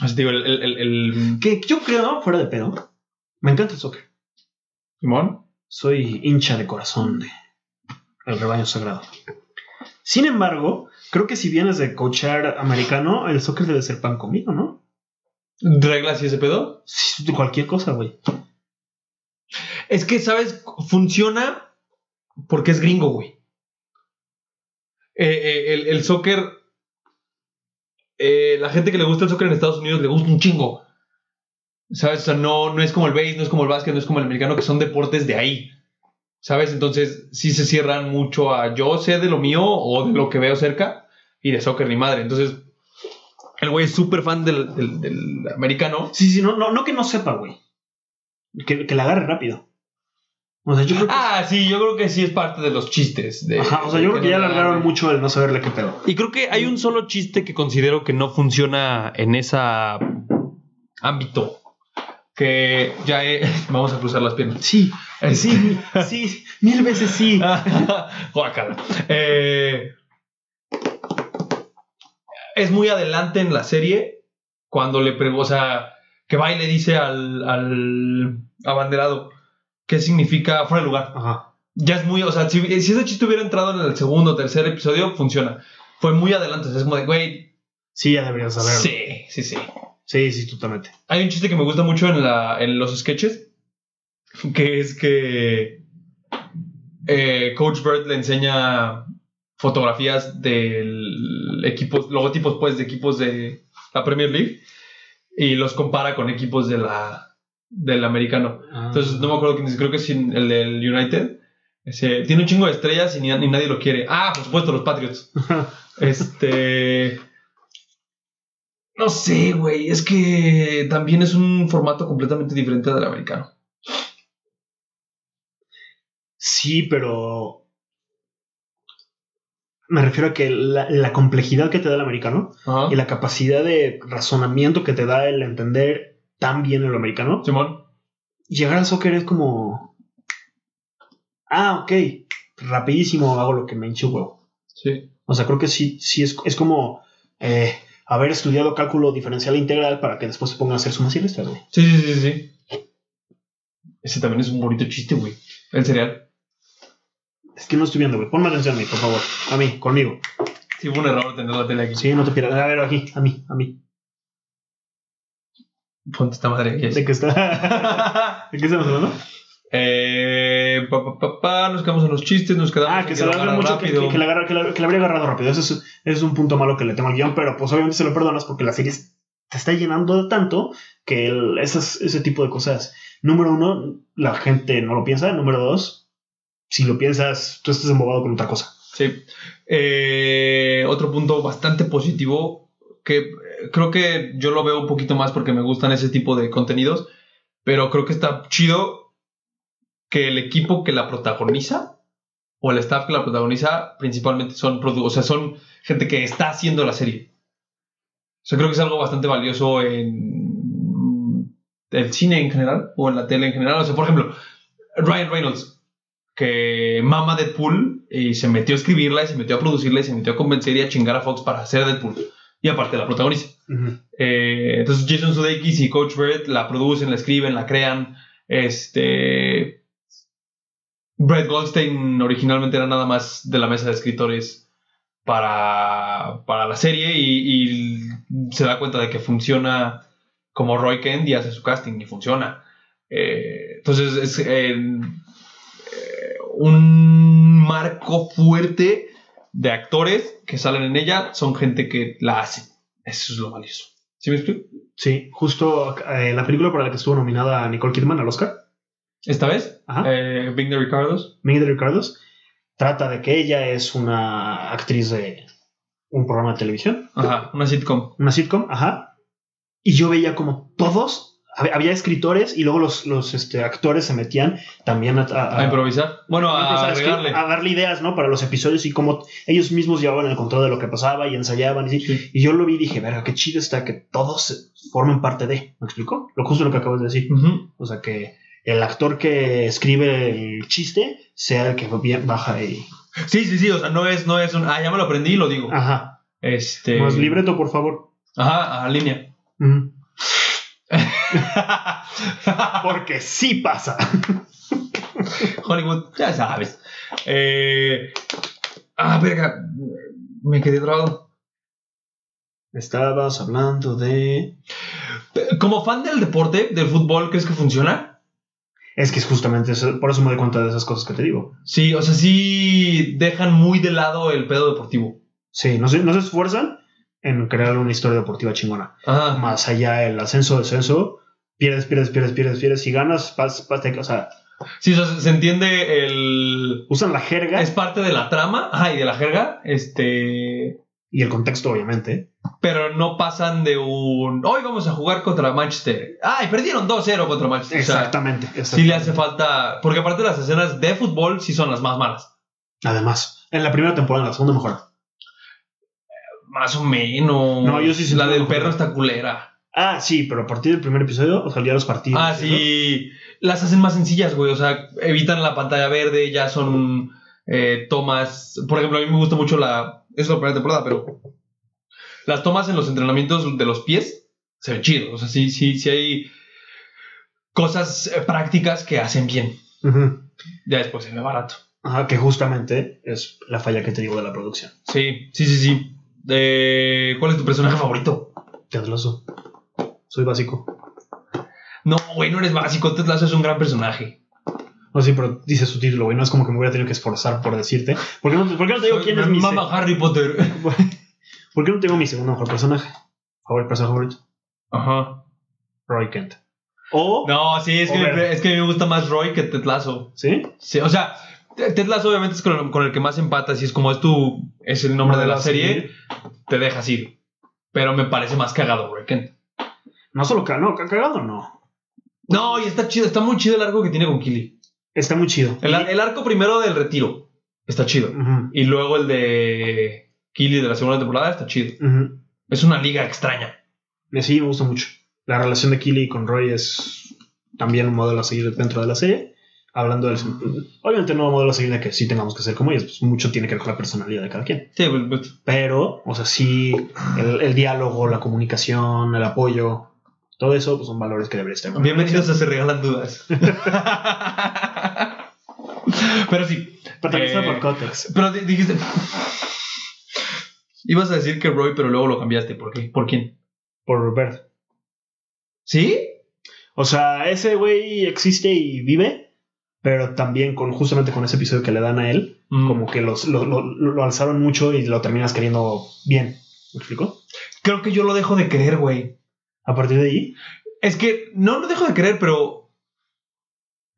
Speaker 2: Así te digo, el... el, el, el-
Speaker 1: Que yo creo, fuera de pedo, me encanta el soccer.
Speaker 2: ¿Simón?
Speaker 1: Soy hincha de corazón de el rebaño sagrado. Sin embargo, creo que si vienes de coachar americano, el soccer debe ser pan comido, ¿no?
Speaker 2: ¿Reglas y ese pedo?
Speaker 1: Sí, de cualquier cosa, güey.
Speaker 2: Es que, ¿sabes? Funciona porque es gringo, güey. Eh, eh, el, el soccer. eh, la gente que le gusta el soccer en Estados Unidos le gusta un chingo. ¿Sabes? O sea, no, no es como el base, no es como el básquet, no es como el americano, que son deportes de ahí. ¿Sabes? Entonces, sí se cierran mucho a yo sé de lo mío o de lo que veo cerca y de soccer ni madre. Entonces, el güey es súper fan del, del- del americano.
Speaker 1: Sí, sí, no, no, no que no sepa, güey. Que, que la agarre rápido. O sea, yo creo que,
Speaker 2: Ah, sí, yo creo que sí es parte de los chistes. de-
Speaker 1: Ajá, o sea, yo creo que ya alargaron mucho el no saberle qué pedo.
Speaker 2: Y creo que hay un solo chiste que considero que no funciona en ese ámbito. Que ya he- *laughs* Vamos a cruzar las *laughs* piernas.
Speaker 1: Sí, sí, sí, mil veces sí.
Speaker 2: Ah. Guácala. Eh, es muy adelante en la serie cuando le pregunta, o sea, que va y le dice al, al abanderado qué significa fuera de lugar.
Speaker 1: Ajá.
Speaker 2: Ya es muy, o sea, si, si ese chiste hubiera entrado en el segundo o tercer episodio, funciona. Fue muy adelante, o sea, es como de, güey,
Speaker 1: Sí, ya deberías saberlo. Sí,
Speaker 2: sí, sí, sí.
Speaker 1: sí, totalmente.
Speaker 2: Hay un chiste que me gusta mucho en, la, en los sketches, que es que eh, Coach Bird le enseña fotografías del equipos, logotipos pues de equipos de la Premier League y los compara con equipos de la del americano. Entonces no me acuerdo quién es, creo que es el del United. Ese, tiene un chingo de estrellas y ni, ni
Speaker 1: *laughs*
Speaker 2: nadie lo quiere. Ah, por supuesto, los Patriots. Este. No sé, güey. Es que también es un formato completamente diferente del americano.
Speaker 1: Sí, pero. Me refiero a que la, la complejidad que te da el americano
Speaker 2: Ajá.
Speaker 1: y la capacidad de razonamiento que te da el entender tan bien el americano,
Speaker 2: Simón.
Speaker 1: llegar al soccer es como. Ah, ok. Rapidísimo hago lo que me hinche un huevo.
Speaker 2: Sí.
Speaker 1: O sea, creo que sí, sí es, es como eh, haber estudiado cálculo diferencial e integral para que después se pongan a hacer sumas y restas, güey.
Speaker 2: Sí, sí, sí, sí. Ese también es un bonito chiste, güey. El cereal.
Speaker 1: Es que no estoy viendo, güey. Ponme atención a mí, por favor. A mí, conmigo.
Speaker 2: Sí, fue un error tener la tele aquí.
Speaker 1: Sí, no te pierdas. A ver, aquí, a mí, a mí.
Speaker 2: Ponte esta madre aquí.
Speaker 1: ¿De qué, está... *laughs* ¿De qué estamos hablando?
Speaker 2: eh, pa, pa, pa, pa, nos quedamos en los chistes, nos quedamos
Speaker 1: Ah,
Speaker 2: en
Speaker 1: que se la agarra
Speaker 2: agarra
Speaker 1: mucho, que, que, que la agarra- que la- que la habría agarrado rápido. Eso es, ese es un punto malo que le temo al guión, pero pues obviamente se lo perdonas porque la serie es- te está llenando de tanto que el- esas, ese tipo de cosas. Número uno, la gente no lo piensa. Número dos, si lo piensas, tú estás embobado con otra cosa.
Speaker 2: Sí. Eh, otro punto bastante positivo que eh, creo que yo lo veo un poquito más porque me gustan ese tipo de contenidos, pero creo que está chido que el equipo que la protagoniza o el staff que la protagoniza principalmente son produ- o sea, son gente que está haciendo la serie. O sea, creo que es algo bastante valioso en el cine en general o en la tele en general. O sea, por ejemplo, Ryan Reynolds, que mama Deadpool y se metió a escribirla y se metió a producirla y se metió a convencer y a chingar a Fox para hacer Deadpool. Y aparte la protagoniza. Eh, entonces Jason Sudeikis y Coach Brett la producen, la escriben, la crean. Este. Brett Goldstein originalmente era nada más de la mesa de escritores para, para la serie y, y se da cuenta de que funciona como Roy Kent y hace su casting y funciona. Eh, entonces es eh, eh, un marco fuerte de actores que salen en ella, son gente que la hace. Eso es lo valioso. ¿Sí me explico?
Speaker 1: Sí, justo eh, la película para la que estuvo nominada Nicole Kidman al Oscar,
Speaker 2: Esta vez,
Speaker 1: Ajá.
Speaker 2: eh, Big de Ricardos.
Speaker 1: Miguel de Ricardos, trata de que ella es una actriz de un programa de televisión
Speaker 2: Ajá, una sitcom.
Speaker 1: una sitcom, ajá. Y yo veía como todos, hab- había escritores y luego los, los este, actores se metían también a, a-
Speaker 2: A improvisar. Bueno,
Speaker 1: Ah. a-
Speaker 2: a
Speaker 1: a Ah. escri-
Speaker 2: agregarle.
Speaker 1: a darle ideas, ¿no? Para los episodios y como ellos mismos llevaban el control de lo que pasaba y ensayaban. Y,
Speaker 2: Sí.
Speaker 1: y yo lo vi y dije, verga, qué chido está que todos formen parte de. ¿Me explico? Lo justo lo que acabas de decir.
Speaker 2: Ujú.
Speaker 1: O sea, que el actor que escribe el chiste sea el que bien baja y.
Speaker 2: Sí, sí, sí. O sea, no es, no es un. Ah, ya me lo aprendí y lo digo.
Speaker 1: Ajá.
Speaker 2: Este.
Speaker 1: Más libreto, por favor.
Speaker 2: Ajá, a línea. *laughs*
Speaker 1: Ujú. Porque sí pasa.
Speaker 2: Hollywood, ya sabes. Eh, ah, verga. Me quedé trabado.
Speaker 1: Estabas hablando de.
Speaker 2: Como fan del deporte, del fútbol, ¿crees que funciona?
Speaker 1: Es que es justamente eso, por eso me doy cuenta de esas cosas que te digo.
Speaker 2: Sí, o sea, sí dejan muy de lado el pedo deportivo.
Speaker 1: Sí, no se, no se esfuerzan en crear una historia deportiva chingona.
Speaker 2: Ajá.
Speaker 1: Más allá el ascenso, descenso, pierdes, pierdes, pierdes, pierdes, pierdes y ganas, pas, pas, te- o sea,
Speaker 2: Sí, o sea, se entiende el.
Speaker 1: usan la jerga
Speaker 2: Es parte de la trama, ajá, y de la jerga, este.
Speaker 1: y el contexto, obviamente.
Speaker 2: Pero no pasan de un. Hoy vamos a jugar contra Manchester. Ay, perdieron 2-0 contra Manchester. O sea,
Speaker 1: Exactamente.
Speaker 2: sí
Speaker 1: exactamente.
Speaker 2: le hace falta. Porque aparte las escenas de fútbol sí son las más malas.
Speaker 1: Además, en la primera temporada, en la segunda mejor.
Speaker 2: Más o menos.
Speaker 1: No, yo sí sentí
Speaker 2: La
Speaker 1: una
Speaker 2: del
Speaker 1: mejora.
Speaker 2: perro está culera.
Speaker 1: Ah, sí, pero a partir del primer episodio, o sea, ya los partidos.
Speaker 2: ah, sí. Las hacen más sencillas, güey. O sea, evitan la pantalla verde, ya son eh, tomas. Por ejemplo, a mí me gusta mucho la. Es la primera temporada, pero. Las tomas en los entrenamientos de los pies se ven chidos. O sea, sí, sí, sí hay cosas eh, prácticas que hacen bien.
Speaker 1: ¿no? Ujú.
Speaker 2: Ya después se ve barato.
Speaker 1: Ajá, que justamente es la falla que te digo de la producción.
Speaker 2: Sí, sí, sí, sí. Eh, ¿Cuál es tu personaje favorito?
Speaker 1: Ted Lasso. Soy básico.
Speaker 2: No, güey, no eres básico. Ted Lasso es un gran personaje.
Speaker 1: No, sí, pero dice su título, güey. No es como que me voy a tener que esforzar por decirte. ¿Por qué no, por qué no te digo
Speaker 2: Soy
Speaker 1: quién
Speaker 2: mi
Speaker 1: es mi
Speaker 2: Mamá Harry Potter.
Speaker 1: se- *laughs* ¿Por qué no te digo mi segundo mejor personaje? Favor, personaje favorito.
Speaker 2: Ajá.
Speaker 1: Roy Kent. O.
Speaker 2: No, sí, es que,
Speaker 1: Over.
Speaker 2: es que me gusta más Roy que Ted Lasso.
Speaker 1: ¿Sí?
Speaker 2: Sí, o sea, Ted Lasso obviamente es con, con el que más empatas y es como es tu, es el nombre de la serie, te dejas ir. Pero me parece más cagado Reckon.
Speaker 1: No solo ca- no, ca- cagado, no.
Speaker 2: No, y está chido, está muy chido el arco que tiene con Kili.
Speaker 1: Está muy chido.
Speaker 2: El, ar- el arco primero del retiro está chido.
Speaker 1: Ujú,
Speaker 2: Y luego el de Kili de la segunda temporada está chido.
Speaker 1: ujú.
Speaker 2: Es una liga extraña.
Speaker 1: Sí, me gusta mucho. La relación de Killy con Roy es también un modelo a seguir dentro de la serie. Hablando del. Obviamente, no modelo a seguir de que sí tengamos que ser como ellos. Pues mucho tiene que ver con la personalidad de cada quien.
Speaker 2: Sí, pues, pues,
Speaker 1: Pero, o sea, sí, el, el diálogo, la comunicación, el apoyo, todo eso pues, son valores que debería estar. en una
Speaker 2: bienvenidos a Se Regalan *laughs* Dudas. Pero sí.
Speaker 1: relación. Protagonizada
Speaker 2: Eh,
Speaker 1: por Cotex.
Speaker 2: Pero di- dijiste. Ibas a decir que Roy, pero luego lo cambiaste. ¿Por qué? ¿Por quién?
Speaker 1: Por Bird.
Speaker 2: ¿Sí?
Speaker 1: O sea, ese güey existe y vive, pero también con justamente con ese episodio que le dan a él,
Speaker 2: Mm.
Speaker 1: como que los, lo, lo- lo alzaron mucho y lo terminas queriendo bien. ¿Me explico?
Speaker 2: Creo que yo lo dejo de creer, güey.
Speaker 1: A partir de ahí.
Speaker 2: Es que no lo dejo de creer, pero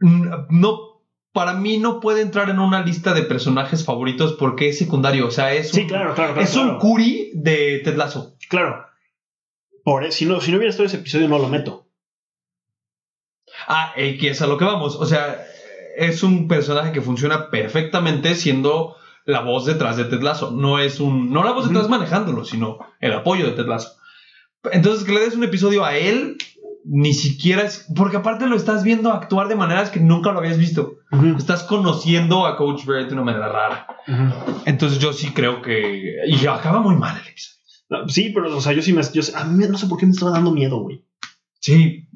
Speaker 2: mm, no, para mí no puede entrar en una lista de personajes favoritos porque es secundario, o sea, es
Speaker 1: Sí,
Speaker 2: un,
Speaker 1: claro, claro, claro.
Speaker 2: es un
Speaker 1: claro.
Speaker 2: Curi de Ted Lasso.
Speaker 1: Claro. Por, e, si, no, si no hubiera estado ese episodio, no lo meto.
Speaker 2: Ah, el que es a lo que vamos, o sea, es un personaje que funciona perfectamente siendo la voz detrás de Ted Lasso, no es un no la voz
Speaker 1: Ujú.
Speaker 2: detrás manejándolo, sino el apoyo de Ted Lasso. Entonces que le des un episodio a él ni siquiera es porque aparte lo estás viendo actuar de maneras que nunca lo habías visto. estás conociendo a Coach Bird de una manera rara.
Speaker 1: Ujú.
Speaker 2: Entonces yo sí creo que... Y acaba muy mal el episodio.
Speaker 1: No, sí, pero, o sea, yo sí me. yo sí- a mí no sé por qué me estaba dando miedo, güey.
Speaker 2: Sí,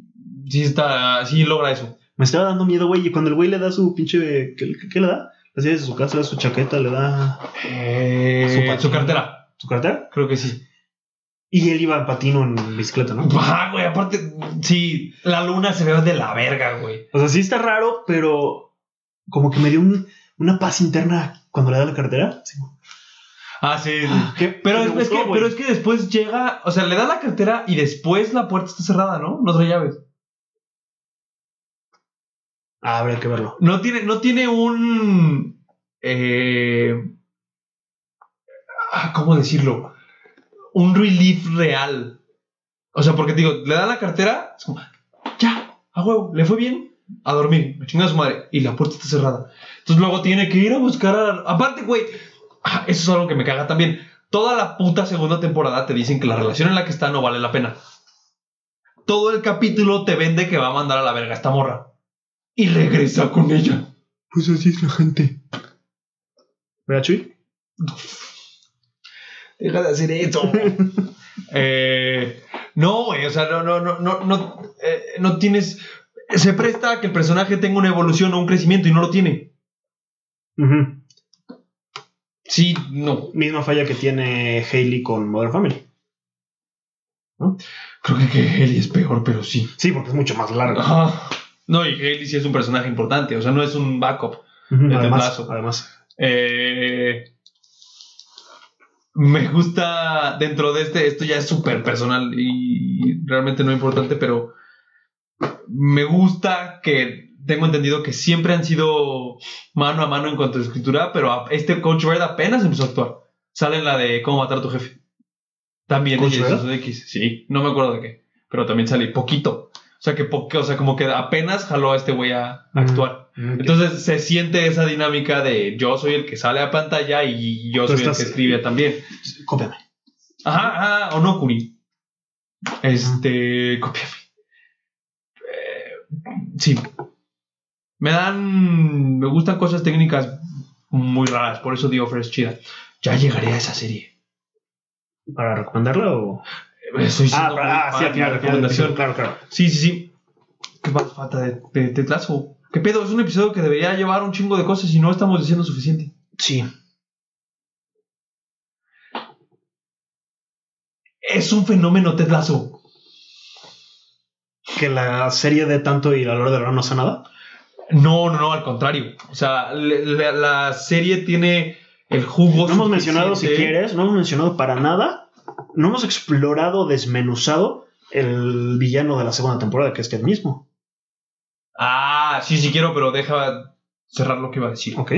Speaker 2: sí está... Sí logra eso.
Speaker 1: Me estaba dando miedo, güey. Y cuando el güey le da su pinche. ¿Qué, qué- qué le da? Le da su casa, le da su chaqueta, le da
Speaker 2: Eh, su,
Speaker 1: patín.
Speaker 2: su cartera,
Speaker 1: su cartera.
Speaker 2: creo que sí.
Speaker 1: Y él iba en patino en
Speaker 2: *laughs*
Speaker 1: bicicleta, ¿no?
Speaker 2: Ah, güey, aparte... Sí, la luna se ve de la verga, güey.
Speaker 1: O sea, sí está raro, pero como que me dio un- una paz interna cuando le da la cartera. Sí.
Speaker 2: Ah, sí.
Speaker 1: ¿Qué-
Speaker 2: Pero
Speaker 1: qué
Speaker 2: es,
Speaker 1: me
Speaker 2: es
Speaker 1: gustó,
Speaker 2: que,
Speaker 1: güey?
Speaker 2: pero es que después llega... O sea, le da la cartera y después la puerta está cerrada, ¿no? No trae llaves.
Speaker 1: Ah, habría que verlo.
Speaker 2: No tiene, no tiene un. eh, ah, ¿Cómo decirlo? Un relief real. O sea, porque te digo, le dan la cartera, es como, ya, a huevo, le fue bien, a dormir, me chinga su madre, y la puerta está cerrada. Entonces luego tiene que ir a buscar a. Aparte, güey, ah, eso es algo que me caga también. Toda la puta segunda temporada te dicen que la relación en la que está no vale la pena. Todo el capítulo te vende que va a mandar a la verga a esta morra. Y regresa con ella.
Speaker 1: Pues así es la gente. ¿Verdad, Chuy?
Speaker 2: Deja de hacer eso. *laughs* Eh, no, güey, o sea, no, no, no, no, no, eh, no tienes. Se presta a que el personaje tenga una evolución o un crecimiento y no lo tiene.
Speaker 1: Ujú.
Speaker 2: Sí, no.
Speaker 1: Misma falla que tiene Hailey con Modern Family.
Speaker 2: Creo que, que Haley es peor, pero sí.
Speaker 1: Sí, porque es mucho más largo.
Speaker 2: Ah, no, y Haley sí es un personaje importante, o sea, no es un backup.
Speaker 1: Ujú,
Speaker 2: de
Speaker 1: Además,
Speaker 2: plazo.
Speaker 1: además.
Speaker 2: Eh, me gusta dentro de este, esto ya es súper personal y realmente no importante, pero me gusta que tengo entendido que siempre han sido mano a mano en cuanto a escritura, pero a- este Coach Bird apenas empezó a actuar. Sale en la de Cómo matar a tu jefe. También
Speaker 1: ¿Coach
Speaker 2: de
Speaker 1: Bird?
Speaker 2: Jason Sudeikis, sí, no me acuerdo de qué, pero también sale poquito. O sea, que po- o sea, como que apenas jaló a este güey a, a
Speaker 1: Mm.
Speaker 2: actuar. Entonces se siente esa dinámica de yo soy el que sale a pantalla y yo
Speaker 1: Tú
Speaker 2: soy el
Speaker 1: estás-
Speaker 2: que escribe también.
Speaker 1: Cópiame.
Speaker 2: Ajá, ajá, o no, Kuni. Este, cópiame. Eh, sí. Me dan, me gustan cosas técnicas muy raras, por eso The Offer es chida. Ya llegaré a esa serie.
Speaker 1: ¿Para recomendarla o.?
Speaker 2: Estoy
Speaker 1: Ah,
Speaker 2: siendo muy
Speaker 1: para, ah, sí, al
Speaker 2: fan de la
Speaker 1: final, al final del episodio,
Speaker 2: recomendación.
Speaker 1: claro, claro.
Speaker 2: Sí, sí, sí. Qué mala falta de, de, de Tetlazo. ¿Qué pedo? Es un episodio que debería llevar un chingo de cosas y no estamos diciendo suficiente.
Speaker 1: Sí.
Speaker 2: Es un fenómeno Ted Lasso.
Speaker 1: Que la serie de tanto y la hora de la hora no sea nada.
Speaker 2: No, no, no, al contrario. O sea, le- la, la serie tiene el jugo.
Speaker 1: No hemos mencionado, si
Speaker 2: suficiente.
Speaker 1: quieres, no hemos mencionado para nada. No hemos explorado, desmenuzado el villano de la segunda temporada, que es el mismo.
Speaker 2: Ah, sí, sí quiero, pero deja cerrar lo que iba a decir.
Speaker 1: Ok.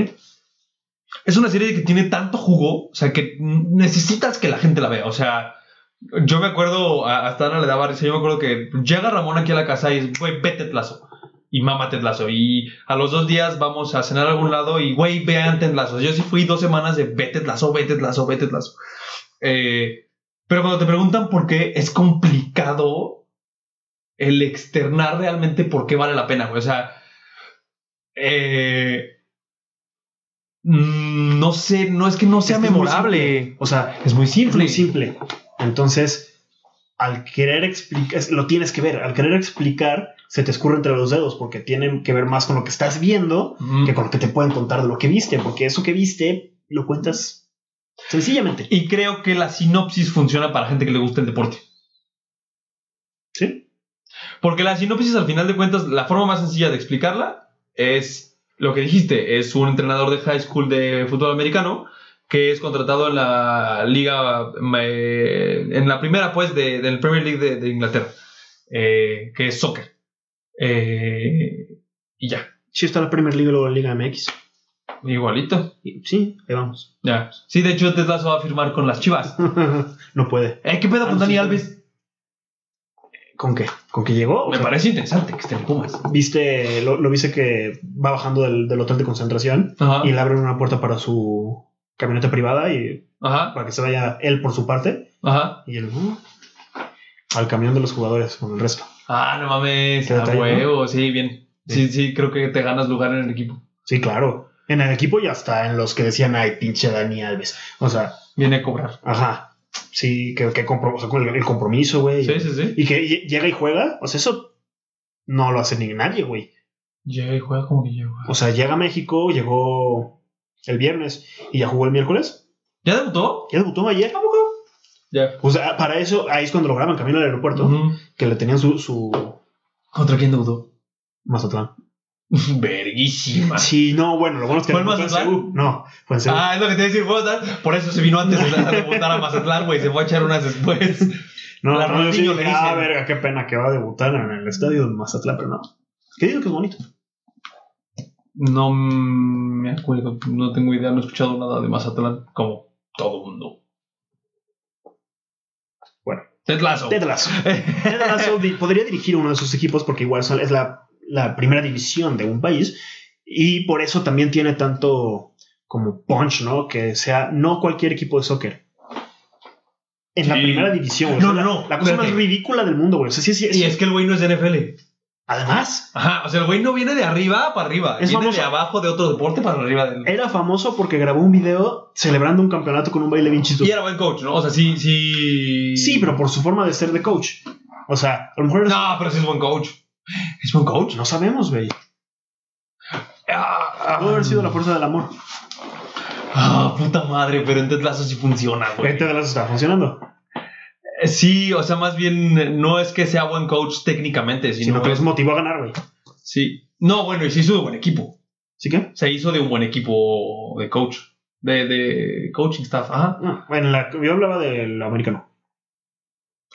Speaker 2: Es una serie que tiene tanto jugo, o sea, que necesitas que la gente la vea. O sea, Yo me acuerdo, a- hasta Ana le daba risa, yo me acuerdo que llega Ramón aquí a la casa y es, güey, vete Tlazo. Y mamá Tetlazo. Y a los dos días vamos a cenar a algún lado y, güey, vean Tetlazo. Yo sí fui dos semanas de vete Tlazo, vete Tlazo, vete Tlazo. Eh, pero cuando te preguntan por qué, es complicado el externar realmente por qué vale la pena, güey. O sea, eh, mm, no sé, no es que no
Speaker 1: Este
Speaker 2: sea
Speaker 1: Es que es muy
Speaker 2: memorable.
Speaker 1: O sea,
Speaker 2: Es muy
Speaker 1: es
Speaker 2: simple.
Speaker 1: muy simple. Entonces, al querer explicar, lo tienes que ver, al querer explicar, se te escurre entre los dedos porque tienen que ver más con lo que estás viendo
Speaker 2: Mm.
Speaker 1: que con lo que te pueden contar de lo que viste, porque eso que viste lo cuentas sencillamente.
Speaker 2: Y creo que la sinopsis funciona para gente que le gusta el deporte.
Speaker 1: Sí.
Speaker 2: Porque la sinopsis, al final de cuentas, la forma más sencilla de explicarla es lo que dijiste: es un entrenador de high school de fútbol americano que es contratado en la liga, eh, en la primera, pues, de, del Premier League de, de Inglaterra, eh, que es soccer. Eh, y ya,
Speaker 1: Sí, está la Premier League y luego la Liga MX.
Speaker 2: igualito.
Speaker 1: Y Sí, ahí vamos.
Speaker 2: Ya. Sí, de hecho, Ted Lasso va a firmar con las chivas.
Speaker 1: *laughs* no puede.
Speaker 2: Eh, ¿Qué pedo
Speaker 1: Ah,
Speaker 2: con
Speaker 1: sí,
Speaker 2: Dani
Speaker 1: sí.
Speaker 2: Alves?
Speaker 1: ¿Con qué? ¿Con qué llegó? O
Speaker 2: Me
Speaker 1: sea,
Speaker 2: parece interesante que esté en Pumas.
Speaker 1: Viste, lo, lo viste que va bajando del, del hotel de concentración
Speaker 2: Ajá.
Speaker 1: y le abren una puerta para su camioneta privada y
Speaker 2: Ajá,
Speaker 1: para que se vaya él por su parte
Speaker 2: ajá.
Speaker 1: y él uh, al camión de los jugadores con el resto.
Speaker 2: Ah, no mames,
Speaker 1: Qué
Speaker 2: a
Speaker 1: detalle, ¿no?
Speaker 2: huevo, sí, bien. Sí.
Speaker 1: Sí.
Speaker 2: sí, creo que te ganas lugar en el equipo.
Speaker 1: Sí, claro. En el equipo ya está, en los que decían, ay, pinche Dani Alves. O sea,
Speaker 2: Viene a cobrar.
Speaker 1: Ajá. Sí, que, que compro- o sea, con el, el compromiso, güey.
Speaker 2: Sí, sí, sí.
Speaker 1: Y que lle- llega y juega. O sea, eso no lo hace ni nadie, güey.
Speaker 2: Llega y juega como que llega.
Speaker 1: O sea, llega a México, llegó el viernes y ya jugó el miércoles.
Speaker 2: ¿Ya debutó?
Speaker 1: Ya debutó ayer.
Speaker 2: Ya.
Speaker 1: O sea, para eso, ahí es cuando lo graban camino al aeropuerto,
Speaker 2: Ujú.
Speaker 1: que le tenían su, su
Speaker 2: ¿Contra quién debutó?
Speaker 1: Mazatlán.
Speaker 2: *laughs* Verguísima.
Speaker 1: Sí, no, bueno, lo bueno es que
Speaker 2: Ah. ¿Fue en
Speaker 1: en
Speaker 2: Mazatlán?
Speaker 1: Seúl. No, fue en Seúl.
Speaker 2: Ah, es lo que te decía, ¿verdad? Por eso se vino antes de a debutar a Mazatlán, güey. Se fue a echar unas después.
Speaker 1: no,
Speaker 2: la
Speaker 1: no, yo sí
Speaker 2: Ronaldinho
Speaker 1: dije,
Speaker 2: le
Speaker 1: ah,
Speaker 2: dicen".
Speaker 1: verga, qué pena que va a debutar en el estadio de Mazatlán, pero no. Que digo que es bonito.
Speaker 2: No me acuerdo, no tengo idea, no he escuchado nada de Mazatlán, como todo mundo.
Speaker 1: Bueno.
Speaker 2: Ted
Speaker 1: *laughs*
Speaker 2: Lasso.
Speaker 1: Tetlazo. Tetlazo di- podría dirigir uno de sus equipos porque igual son- es la, la primera división de un país y por eso también tiene tanto como punch, ¿no? Que sea no cualquier equipo de soccer. En la
Speaker 2: Sí.
Speaker 1: primera división, güey.
Speaker 2: No,
Speaker 1: O sea,
Speaker 2: no,
Speaker 1: la-
Speaker 2: no,
Speaker 1: La cosa
Speaker 2: espérate.
Speaker 1: más ridícula del mundo, güey. O sea, sí, sí,
Speaker 2: Y
Speaker 1: sí.
Speaker 2: es que el güey no es de NFL.
Speaker 1: Además,
Speaker 2: Ajá, o sea, el güey no viene de arriba para arriba,
Speaker 1: Es
Speaker 2: viene
Speaker 1: famoso.
Speaker 2: de abajo de otro deporte para arriba del.
Speaker 1: era famoso porque grabó un video celebrando un campeonato con un baile bien chistoso.
Speaker 2: Y era buen coach, ¿no? O sea, sí, sí.
Speaker 1: Sí, pero por su forma de ser de coach. O sea, a lo mejor no,
Speaker 2: No, pero sí es buen coach. ¿Es buen coach?
Speaker 1: no sabemos, güey.
Speaker 2: Ah,
Speaker 1: Pudo haber sido la fuerza del amor.
Speaker 2: Ah, puta madre, pero en Tetlazo sí funciona, güey.
Speaker 1: Este de las está funcionando.
Speaker 2: Eh, Sí, o sea, más bien eh, no es que sea buen coach técnicamente, sino,
Speaker 1: Sino que
Speaker 2: es.
Speaker 1: los motivó a ganar, güey.
Speaker 2: Sí. No, bueno, y se hizo de buen equipo.
Speaker 1: ¿Sí que?
Speaker 2: Se hizo de un buen equipo de coach. De, de coaching staff, ajá.
Speaker 1: No, bueno, la- yo hablaba del americano.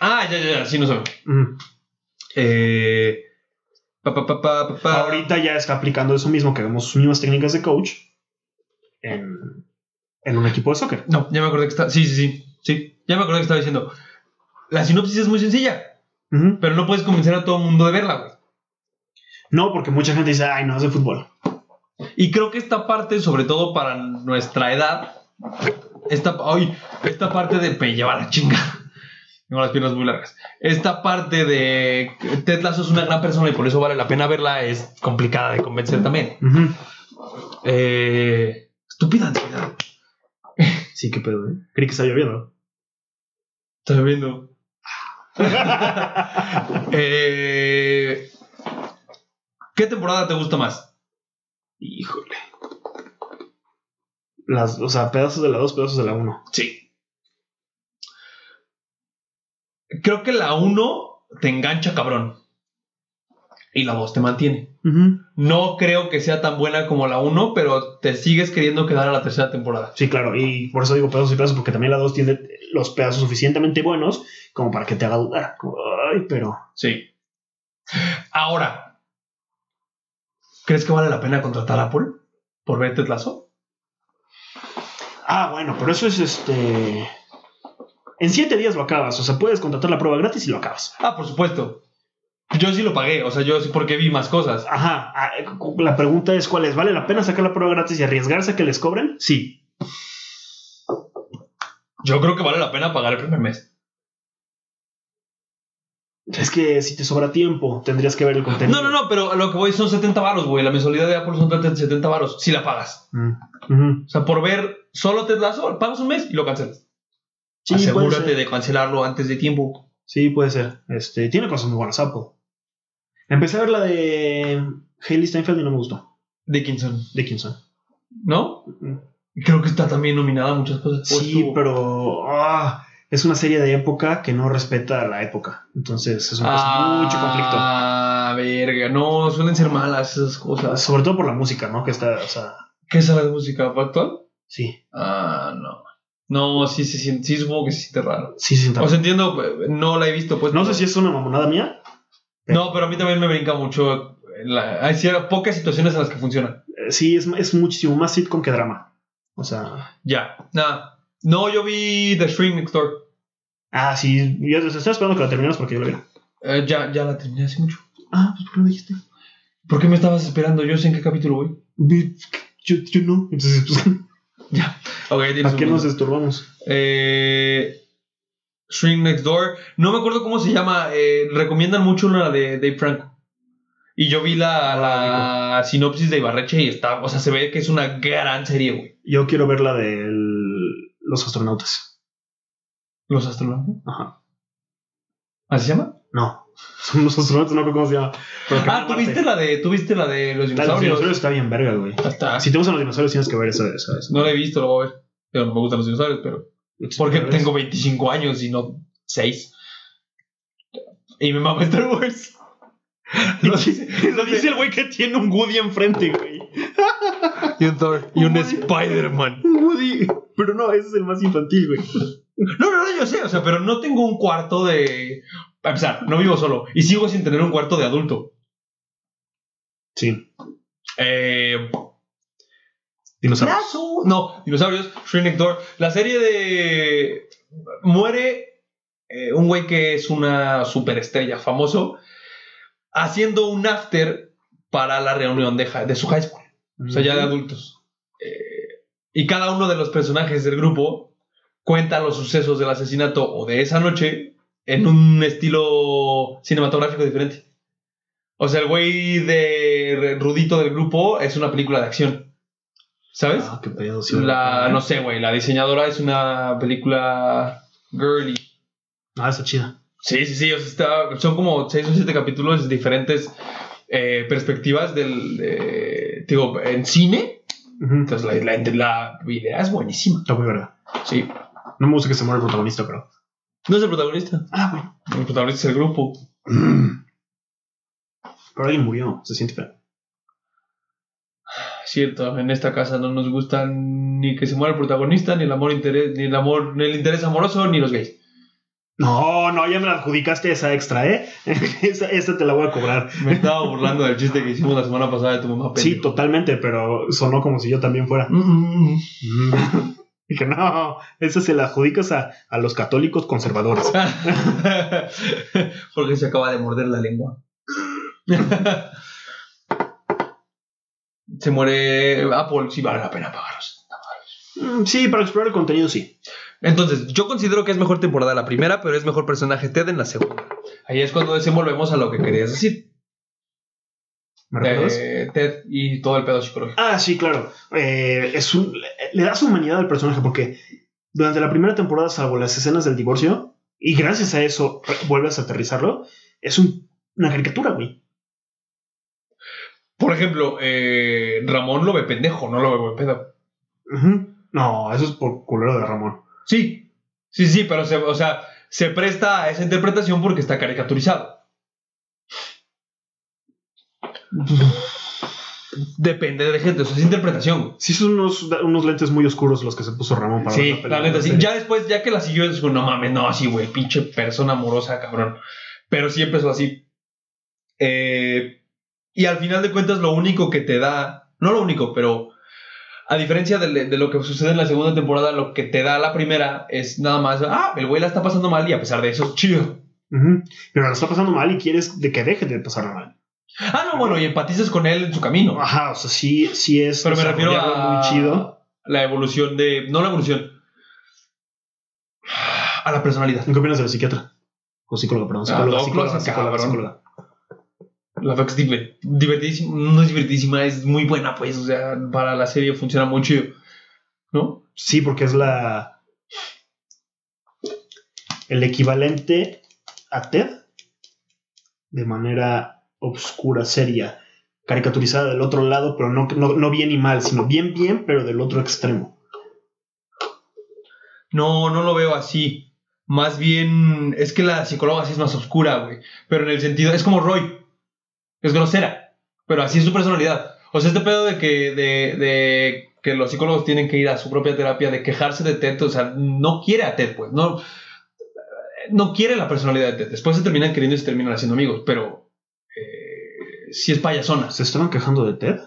Speaker 2: Ah, ya, ya, ya, sí, no sé.
Speaker 1: Ujú.
Speaker 2: Eh. Pa, pa, pa, pa, pa, pa.
Speaker 1: Ahorita ya está aplicando eso mismo, que vemos sus mismas técnicas de coach en, en un equipo de soccer.
Speaker 2: No, ya me acordé que está. Sí, sí, sí. Sí, ya me acordé que estaba diciendo. La sinopsis es muy sencilla,
Speaker 1: Ujú.
Speaker 2: pero no puedes convencer a todo el mundo de verla, güey.
Speaker 1: No, porque mucha gente dice, ay, no, es de fútbol.
Speaker 2: Y creo que esta parte, sobre todo para nuestra edad, esta, ay, esta parte de me lleva la chinga. Tengo las piernas muy largas. Esta parte de que Ted Lasso es una gran persona y por eso vale la pena verla es complicada de convencer también.
Speaker 1: Ujú.
Speaker 2: Eh, estúpida, estúpida.
Speaker 1: Sí, qué pedo, ¿eh? Creí que estaba lloviendo.
Speaker 2: Estás viendo. *laughs* Eh, ¿Qué temporada te gusta más?
Speaker 1: Híjole. Las, o sea, pedazos de la 2, pedazos de la 1.
Speaker 2: Sí. Creo que la 1 te engancha cabrón. Y la 2 te mantiene. No creo que sea tan buena como la 1, pero te sigues queriendo quedar a la tercera temporada.
Speaker 1: Sí, claro, y por eso digo pedazos y pedazos, porque también la 2 tiene los pedazos suficientemente buenos como para que te haga dudar. Como, ay, pero.
Speaker 2: Sí. Ahora, ¿crees que vale la pena contratar a Apple por verte Lazo?
Speaker 1: Ah, bueno, pero eso es este. En siete días lo acabas. O sea, puedes contratar la prueba gratis y lo acabas.
Speaker 2: Ah, por supuesto. Yo sí lo pagué, o sea, yo sí porque vi más cosas.
Speaker 1: Ajá. ah, eh, cu- La pregunta es: ¿cuál es? ¿Vale la pena sacar la prueba gratis y arriesgarse a que les cobren? Sí.
Speaker 2: Yo creo que vale la pena pagar el primer mes.
Speaker 1: Es que si te sobra tiempo, tendrías que ver el contenido.
Speaker 2: No, no, no, pero a lo que voy son 70 varos, güey. La mensualidad de Apple son 70 varos, si la pagas.
Speaker 1: Mm, ujú.
Speaker 2: O sea, por ver, solo te das, solo pagas un mes y lo cancelas.
Speaker 1: Sí, puede
Speaker 2: Asegúrate
Speaker 1: ser.
Speaker 2: de cancelarlo antes de tiempo.
Speaker 1: Sí, puede ser. Este, tiene cosas muy buenas, Apple. Empecé a ver la de Haley Steinfeld y no me gustó.
Speaker 2: Dickinson,
Speaker 1: Dickinson.
Speaker 2: ¿no? Creo que está también nominada a muchas cosas. Pues O
Speaker 1: Sí,
Speaker 2: estuvo.
Speaker 1: pero ah, es una serie de época que no respeta la época. Entonces es un caso mucho conflicto.
Speaker 2: Ah, verga. No, suelen ser malas esas cosas.
Speaker 1: Sobre todo por la música, ¿no? Que está, o sea,
Speaker 2: ¿Qué es la música actual?
Speaker 1: sí,
Speaker 2: Ah, no. No, sí, sí, sí, sí, supongo que se siente raro.
Speaker 1: sí se siente
Speaker 2: O sea, entiendo, no la he visto, pues.
Speaker 1: No sé si es una mamonada mía.
Speaker 2: No, pero a mí también me brinca mucho. La, hay cier- pocas situaciones en las que funciona.
Speaker 1: Eh, Sí, es, es muchísimo más sitcom que drama. O sea,
Speaker 2: Ya, nada. No, yo vi The Shrink Next Door.
Speaker 1: ah, sí, yo te estaba esperando que la terminas porque yo la vi.
Speaker 2: Eh, ya, ya la terminé hace mucho.
Speaker 1: Ah, pues ¿por qué no dijiste?
Speaker 2: ¿Por qué me estabas esperando? Yo sé en qué capítulo voy.
Speaker 1: Yo, yo no. Entonces, pues,
Speaker 2: Ok, tienes
Speaker 1: ¿a
Speaker 2: un
Speaker 1: qué
Speaker 2: punto.
Speaker 1: nos estorbamos?
Speaker 2: Eh, Shrink Next Door. No me acuerdo cómo se llama. eh, recomiendan mucho la de Dave Franco. Y yo vi la, la sinopsis de Ibarreche y está. O sea, se ve que es una gran serie, güey.
Speaker 1: Yo quiero ver la de los astronautas.
Speaker 2: Los astronautas.
Speaker 1: Ajá.
Speaker 2: ¿Así se llama?
Speaker 1: No. *laughs* Son los astronautas, no sé cómo se llama. Pero que
Speaker 2: Ah,
Speaker 1: no
Speaker 2: ¿tú
Speaker 1: Marte.
Speaker 2: viste, la de, tú viste la
Speaker 1: La
Speaker 2: de los
Speaker 1: de los
Speaker 2: dinosaurios.
Speaker 1: dinosaurios está bien verga, güey.
Speaker 2: Hasta-
Speaker 1: Si te gustan los dinosaurios, tienes que ver esa. esa, esa.
Speaker 2: No la he visto, lo voy a ver. Pero no me gustan los dinosaurios, pero. Porque tengo 25 años y no 6. Y me mama Star Wars. *laughs* Lo dice,
Speaker 1: *laughs* Lo dice el güey que tiene un Woody enfrente, güey.
Speaker 2: Y un Thor.
Speaker 1: y un
Speaker 2: Spider-Man.
Speaker 1: Un Woody. Pero no, ese es el más infantil, güey.
Speaker 2: No, no, no, yo sé, o sea, pero no tengo un cuarto de. Para empezar, no vivo solo. Y sigo sin tener un cuarto de adulto.
Speaker 1: Sí.
Speaker 2: Eh.
Speaker 1: Dinosaurios.
Speaker 2: Lazo. No, dinosaurios, Shrek Next Door. La serie de. Muere eh, un güey que es una superestrella famoso haciendo un after para la reunión de, hi- de su high school. O sea, ya de adultos. Eh, y cada uno de los personajes del grupo cuenta los sucesos del asesinato o de esa noche en un estilo cinematográfico diferente. O sea, el güey de Rudito del grupo es una película de acción. ¿Sabes?
Speaker 1: Ah, qué pedo, sí.
Speaker 2: la, no sé, güey, la diseñadora es una película girly.
Speaker 1: Ah, está chida.
Speaker 2: Sí, sí, sí, o sea, está- son como seis o siete capítulos diferentes eh, perspectivas del... de- digo, en cine
Speaker 1: Ujú.
Speaker 2: entonces la, la- la idea es buenísima.
Speaker 1: Está muy verga.
Speaker 2: Sí.
Speaker 1: No me gusta que se muera el protagonista, pero.
Speaker 2: No es el protagonista.
Speaker 1: Ah, bueno.
Speaker 2: El protagonista es el grupo.
Speaker 1: Mm. *clears throat* Pero alguien murió. Se siente feo.
Speaker 2: Es Cierto, en esta casa no nos gusta ni que se muera el protagonista, ni el amor interés, ni el amor, ni el interés amoroso, ni los gays.
Speaker 1: No, no, ya me la adjudicaste esa extra, ¿eh? *laughs* esa, esa te la voy a cobrar.
Speaker 2: Me estaba burlando del chiste que hicimos la semana pasada de tu mamá.
Speaker 1: Sí,
Speaker 2: pendejo.
Speaker 1: totalmente, pero sonó como si yo también fuera.
Speaker 2: Mm, mm, mm.
Speaker 1: *laughs* Dije, no, esa se la adjudicas a, a los católicos conservadores.
Speaker 2: *laughs* Porque se acaba de morder la lengua. *laughs* se muere Apple, sí vale la pena pagarlos.
Speaker 1: Mm, Sí, para explorar el contenido, sí.
Speaker 2: Entonces, yo considero que es mejor temporada la primera, pero es mejor personaje Ted en la segunda. Ahí es cuando desenvolvemos a lo que querías decir.
Speaker 1: ¿Me recuerdas?
Speaker 2: Eh, Ted y todo el pedo psicológico.
Speaker 1: Ah, sí, claro. Eh, es un, le, le das humanidad al personaje porque durante la primera temporada, salvo las escenas del divorcio, y gracias a eso re- vuelves a aterrizarlo, es un- una caricatura, güey.
Speaker 2: Por ejemplo, eh, Ramón lo ve pendejo, no lo ve buen pedo.
Speaker 1: Ujú. No, eso es por culero de
Speaker 2: *laughs*
Speaker 1: Ramón.
Speaker 2: Sí, sí, sí, pero se, o sea, se presta a esa interpretación porque está caricaturizado. Depende de gente, o sea, es interpretación. güey.
Speaker 1: Sí, son unos, unos lentes muy oscuros los que se puso Ramón para ver
Speaker 2: Sí,
Speaker 1: película,
Speaker 2: la neta, sí.
Speaker 1: serie.
Speaker 2: Ya después, ya que la siguió, es como, no mames, no, sí, güey, pinche persona amorosa, cabrón. Pero sí empezó así. Eh, y al final de cuentas, lo único que te da, no lo único, pero A diferencia de, de lo que sucede en la segunda temporada, lo que te da la primera es nada más, ah, el güey la está pasando mal y a pesar de eso es chido.
Speaker 1: Ujú. Pero la está pasando mal y quieres de que deje de pasarla mal.
Speaker 2: Ah, no, bueno, y empatizas con él en su camino.
Speaker 1: Ajá, o sea, sí, sí es
Speaker 2: Pero me refiero
Speaker 1: desarrollarlo
Speaker 2: a
Speaker 1: muy chido.
Speaker 2: la evolución de. No la evolución. A la personalidad.
Speaker 1: ¿Qué opinas de la psiquiatra? O psicóloga, perdón.
Speaker 2: Ah,
Speaker 1: Psicóloga,
Speaker 2: Doc,
Speaker 1: psicóloga,
Speaker 2: lo saca,
Speaker 1: psicóloga,
Speaker 2: cabrón.
Speaker 1: psicóloga.
Speaker 2: La Fox es divertidísima. No es divertidísima, es muy buena, pues. O sea, para la serie funciona muy chido. ¿No?
Speaker 1: Sí, porque es la. El equivalente a Ted de manera obscura, seria, caricaturizada del otro lado, pero no, no, no bien y mal, sino bien, bien, pero del otro extremo.
Speaker 2: No, no lo veo así. Más bien. Es que la psicóloga sí es más oscura, güey. Pero en el sentido. Es como Roy. Es grosera. Pero así es su personalidad. O sea, este pedo de que. De, de que los psicólogos tienen que ir a su propia terapia, de quejarse de Ted, o sea, no quiere a Ted, pues. No, no quiere la personalidad de Ted. Después se terminan queriendo y se terminan haciendo amigos, pero eh, sí es payasona.
Speaker 1: ¿Se estaban quejando de Ted?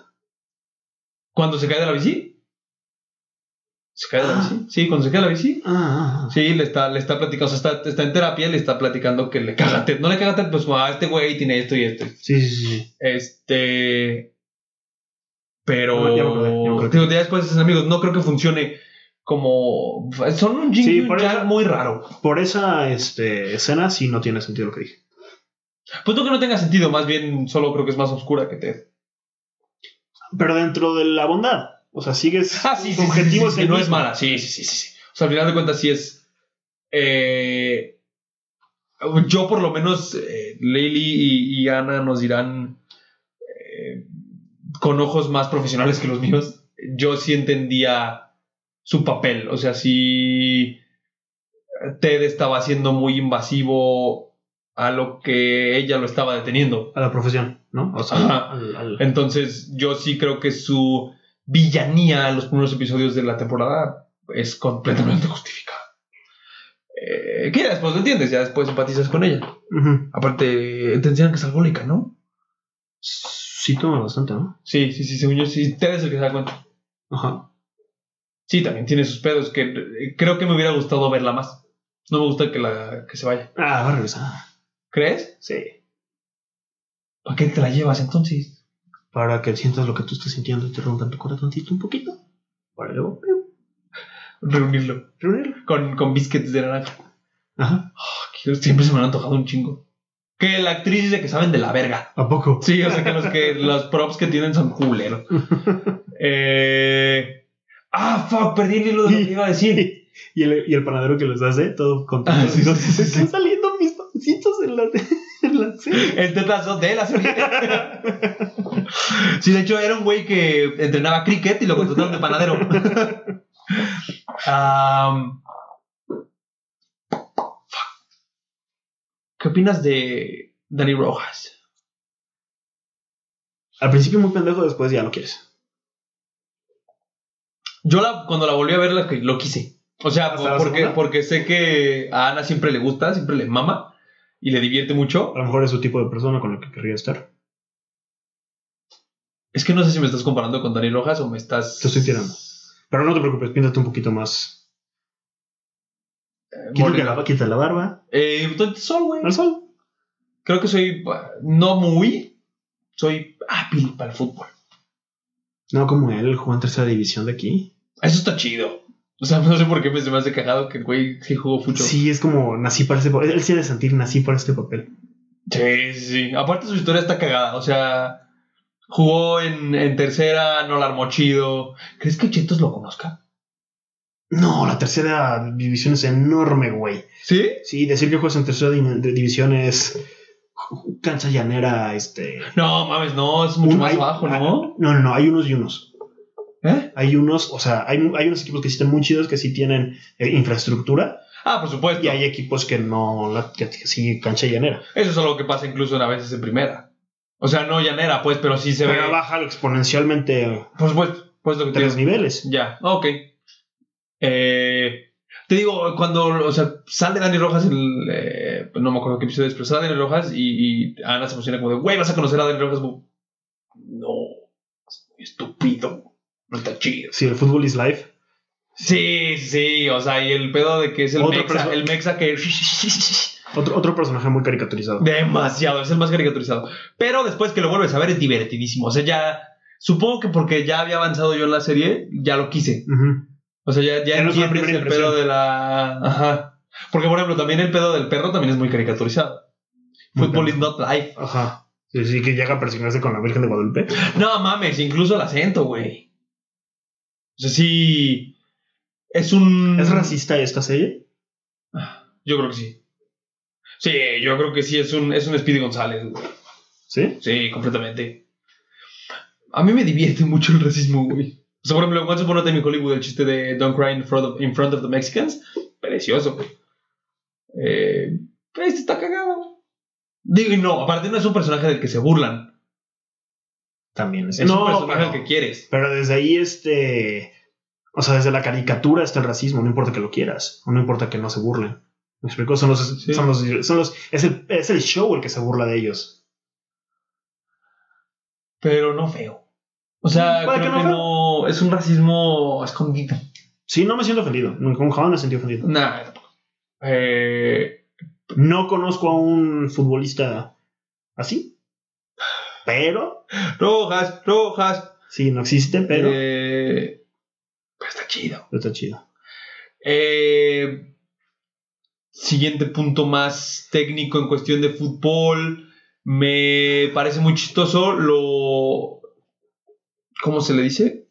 Speaker 2: Cuando se cae de la bici. ¿Se cae de la bici? Sí, cuando se cae de la bici.
Speaker 1: Ah, ah, ah.
Speaker 2: Sí, le está, le está platicando, o sea, está, está en terapia, le está platicando que le caga a Ted. No le caga a Ted, pues a este güey tiene esto y esto.
Speaker 1: sí, sí, sí. sí.
Speaker 2: Este. Pero.
Speaker 1: No, ya me acordé, ya me acordé.
Speaker 2: Digo, ya después es amigos, no creo que funcione como. Son un yin
Speaker 1: Sí,
Speaker 2: y un
Speaker 1: por
Speaker 2: yang
Speaker 1: eso-
Speaker 2: muy raro.
Speaker 1: Por esa este, escena sí no tiene sentido lo que dije.
Speaker 2: Pues no que no tenga sentido, más bien solo creo que es más oscura que Ted.
Speaker 1: Pero dentro de la bondad. O sea, sigues.
Speaker 2: Ah, sí,
Speaker 1: tu
Speaker 2: sí,
Speaker 1: objetivo
Speaker 2: sí,
Speaker 1: es
Speaker 2: sí,
Speaker 1: el
Speaker 2: no es
Speaker 1: mismo.
Speaker 2: mala. Sí, sí, sí, sí, sí. O sea, al final de cuentas sí es. eh, yo por lo menos, eh, Lily y, y Ana nos dirán eh, con ojos más profesionales que los míos. Yo sí entendía su papel. O sea, sí. Ted estaba siendo muy invasivo a lo que ella lo estaba deteniendo.
Speaker 1: A la profesión, ¿no? O sea,
Speaker 2: Ajá.
Speaker 1: al- al-
Speaker 2: Entonces, yo sí creo que su villanía en los primeros episodios de la temporada es completamente justificada. Eh, que ya después lo entiendes, ya después empatizas con ella.
Speaker 1: Ujú.
Speaker 2: Aparte, te enseñan que es alcohólica, ¿no?
Speaker 1: Sí toma bastante, ¿no?
Speaker 2: Sí, sí, sí, según yo, sí, Ted es el que se da cuenta.
Speaker 1: Ajá.
Speaker 2: Sí, también tiene sus pedos, que eh, creo que me hubiera gustado verla más. No me gusta que, la, que se vaya.
Speaker 1: Ah, va a regresar.
Speaker 2: ¿Crees?
Speaker 1: Sí.
Speaker 2: ¿Para qué te la llevas entonces?
Speaker 1: Para que sientas lo que tú estás sintiendo y te rompan tu corazón un poquito. Para luego eh,
Speaker 2: Reunirlo
Speaker 1: reunirlo.
Speaker 2: con, con biscuits de naranja.
Speaker 1: Ajá.
Speaker 2: que siempre se me han antojado un chingo. Que la actriz dice que saben de la verga.
Speaker 1: ¿A poco?
Speaker 2: Sí, o sea que los que los props que tienen son culeros. Eh, ah, fuck, perdí el hilo de lo que iba a decir.
Speaker 1: *laughs* Y el, y el panadero que los hace, todo contento.
Speaker 2: Ah,
Speaker 1: *laughs*
Speaker 2: sí,
Speaker 1: Digo,
Speaker 2: sí, sí,
Speaker 1: Están
Speaker 2: sí.
Speaker 1: saliendo mis pancitos en la, *laughs* en la serie.
Speaker 2: El tetazo de la serie. Sí, de hecho era un güey que entrenaba cricket y lo contrataron de panadero. Am, fuck. ¿Qué opinas de Dani Rojas?
Speaker 1: Al principio muy pendejo, después ya lo quieres.
Speaker 2: Yo la, cuando la volví a ver la que- lo quise. O sea,
Speaker 1: ¿Hasta la
Speaker 2: porque,
Speaker 1: segunda?
Speaker 2: porque sé que a Ana siempre le gusta, siempre le mama y le divierte mucho.
Speaker 1: A lo mejor es su tipo de persona con la que querría estar.
Speaker 2: Es que no sé si me estás comparando con Dani Rojas o me estás...
Speaker 1: Te estoy tirando. Pero no te preocupes, píntate un poquito más.
Speaker 2: eh,
Speaker 1: Quítate
Speaker 2: morena.
Speaker 1: la, quita la barba.
Speaker 2: Eh, entonces, sol, güey.
Speaker 1: Al sol.
Speaker 2: Creo que soy bah, no muy... Soy hábil para el fútbol.
Speaker 1: No como él, jugó en tercera división de aquí.
Speaker 2: Eso está chido. O sea, *laughs* no sé por qué me, se me hace cagado que el güey sí jugó fútbol.
Speaker 1: Sí, es como nací para este papel. Él sí ha de sentir nací para este papel.
Speaker 2: Sí, sí. sí. Aparte su historia está cagada. O sea, jugó en, en tercera, no la armó chido. ¿Crees que Chetos lo conozca?
Speaker 1: No, la tercera división es enorme, güey.
Speaker 2: ¿Sí?
Speaker 1: Sí, decir que juegas en tercera di- de división es cancha llanera, este...
Speaker 2: No, mames, no, es mucho
Speaker 1: un- ah,
Speaker 2: más
Speaker 1: hay-
Speaker 2: bajo,
Speaker 1: ah,
Speaker 2: ¿no?
Speaker 1: No, no, no, hay unos y unos.
Speaker 2: ¿Eh?
Speaker 1: Hay unos, o sea, hay, hay unos equipos que sí están muy chidos, que sí tienen eh, infraestructura,
Speaker 2: Ah, por supuesto.
Speaker 1: y hay equipos que no, la- que, que sí, cancha llanera.
Speaker 2: Eso es algo que pasa incluso a veces en primera. O sea, no llanera, pues, pero sí se
Speaker 1: Pero
Speaker 2: ve.
Speaker 1: baja exponencialmente
Speaker 2: Por supuesto, pues lo que
Speaker 1: tres
Speaker 2: tienes.
Speaker 1: niveles.
Speaker 2: Ya, ok. Eh, te digo, cuando, o sea, sale Dani Rojas, el, eh, no me acuerdo qué episodio es, pero sale Dani Rojas y, y Ana se emociona como de, güey, vas a conocer a Dani Rojas. Como, no, es muy estúpido. No está chido.
Speaker 1: Si el fútbol is life.
Speaker 2: Sí, sí, o sea, y el pedo de que es el
Speaker 1: Otra
Speaker 2: mexa,
Speaker 1: persona.
Speaker 2: el mexa que *laughs*
Speaker 1: Otro, otro personaje muy caricaturizado.
Speaker 2: demasiado, es el más caricaturizado. Pero después que lo vuelves a ver es divertidísimo, o sea, ya supongo que porque ya había avanzado yo en la serie, ya lo quise.
Speaker 1: Ujú.
Speaker 2: O sea, ya ya
Speaker 1: Ya no es una
Speaker 2: entiendes
Speaker 1: primera
Speaker 2: el pedo
Speaker 1: impresión.
Speaker 2: de la ajá. Porque por ejemplo, también el pedo del perro también es muy caricaturizado.
Speaker 1: Muy
Speaker 2: Football
Speaker 1: bien.
Speaker 2: is not life.
Speaker 1: Ajá. Sí, sí, que llega a persignarse con la Virgen de Guadalupe.
Speaker 2: No mames, incluso el acento, güey. O sea, sí es un
Speaker 1: ¿Es racista esta serie?
Speaker 2: Yo creo que sí. Sí, yo creo que sí, es un, es un Speedy González, güey.
Speaker 1: ¿Sí?
Speaker 2: Sí, completamente. A mí me divierte mucho el racismo, güey. O sea, por ejemplo, en Once Upon a Time in Hollywood, el chiste de Don't Cry in front of, in front of the Mexicans, precioso, güey. Eh, pero este está cagado. Digo, y no, aparte no es un personaje del que se burlan.
Speaker 1: También
Speaker 2: Es
Speaker 1: es.
Speaker 2: un personaje
Speaker 1: pero,
Speaker 2: al que quieres.
Speaker 1: pero desde ahí, este. O sea, desde la caricatura está el racismo. No importa que lo quieras. O no importa que no se burlen. ¿Me explico? Son los.
Speaker 2: Sí.
Speaker 1: Son los, son los es, el, es el show el que se burla de ellos.
Speaker 2: Pero no feo. O sea,
Speaker 1: ¿Para
Speaker 2: creo
Speaker 1: qué no
Speaker 2: que
Speaker 1: feo?
Speaker 2: no... Es un racismo escondido.
Speaker 1: Sí, no me siento ofendido. Nunca jamás me sentí ofendido.
Speaker 2: Nah, tampoco. Eh...
Speaker 1: No conozco a un futbolista así. Pero.
Speaker 2: Rojas, rojas.
Speaker 1: Sí, no existe, pero.
Speaker 2: Eh, pero está chido.
Speaker 1: Está chido.
Speaker 2: Eh, siguiente punto más técnico en cuestión de fútbol. Me parece muy chistoso lo. ¿Cómo se le dice?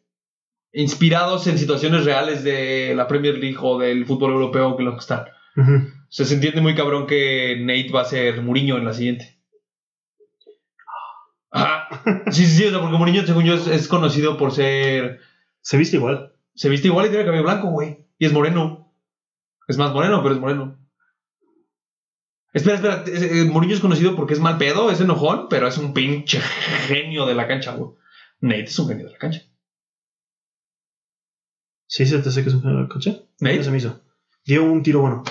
Speaker 2: Inspirados en situaciones reales de la Premier League o del fútbol europeo que los que están.
Speaker 1: Ujú.
Speaker 2: O sea, se entiende muy cabrón que Nate va a ser Muriño en la siguiente. Ajá. Sí, sí, sí, o sea, porque Muriño, según yo, es, es conocido por ser.
Speaker 1: Se viste igual.
Speaker 2: Se viste igual y tiene cabello blanco, güey. Y es moreno. Es más moreno, pero es moreno. Espera, espera. es- eh, Mourinho es conocido porque es mal pedo, es enojón, pero es un pinche genio de la cancha, güey. Nate es un genio de la cancha.
Speaker 1: Sí, se te hace que es un genio del coche.
Speaker 2: Nate.
Speaker 1: No se me hizo. Dio un tiro bueno.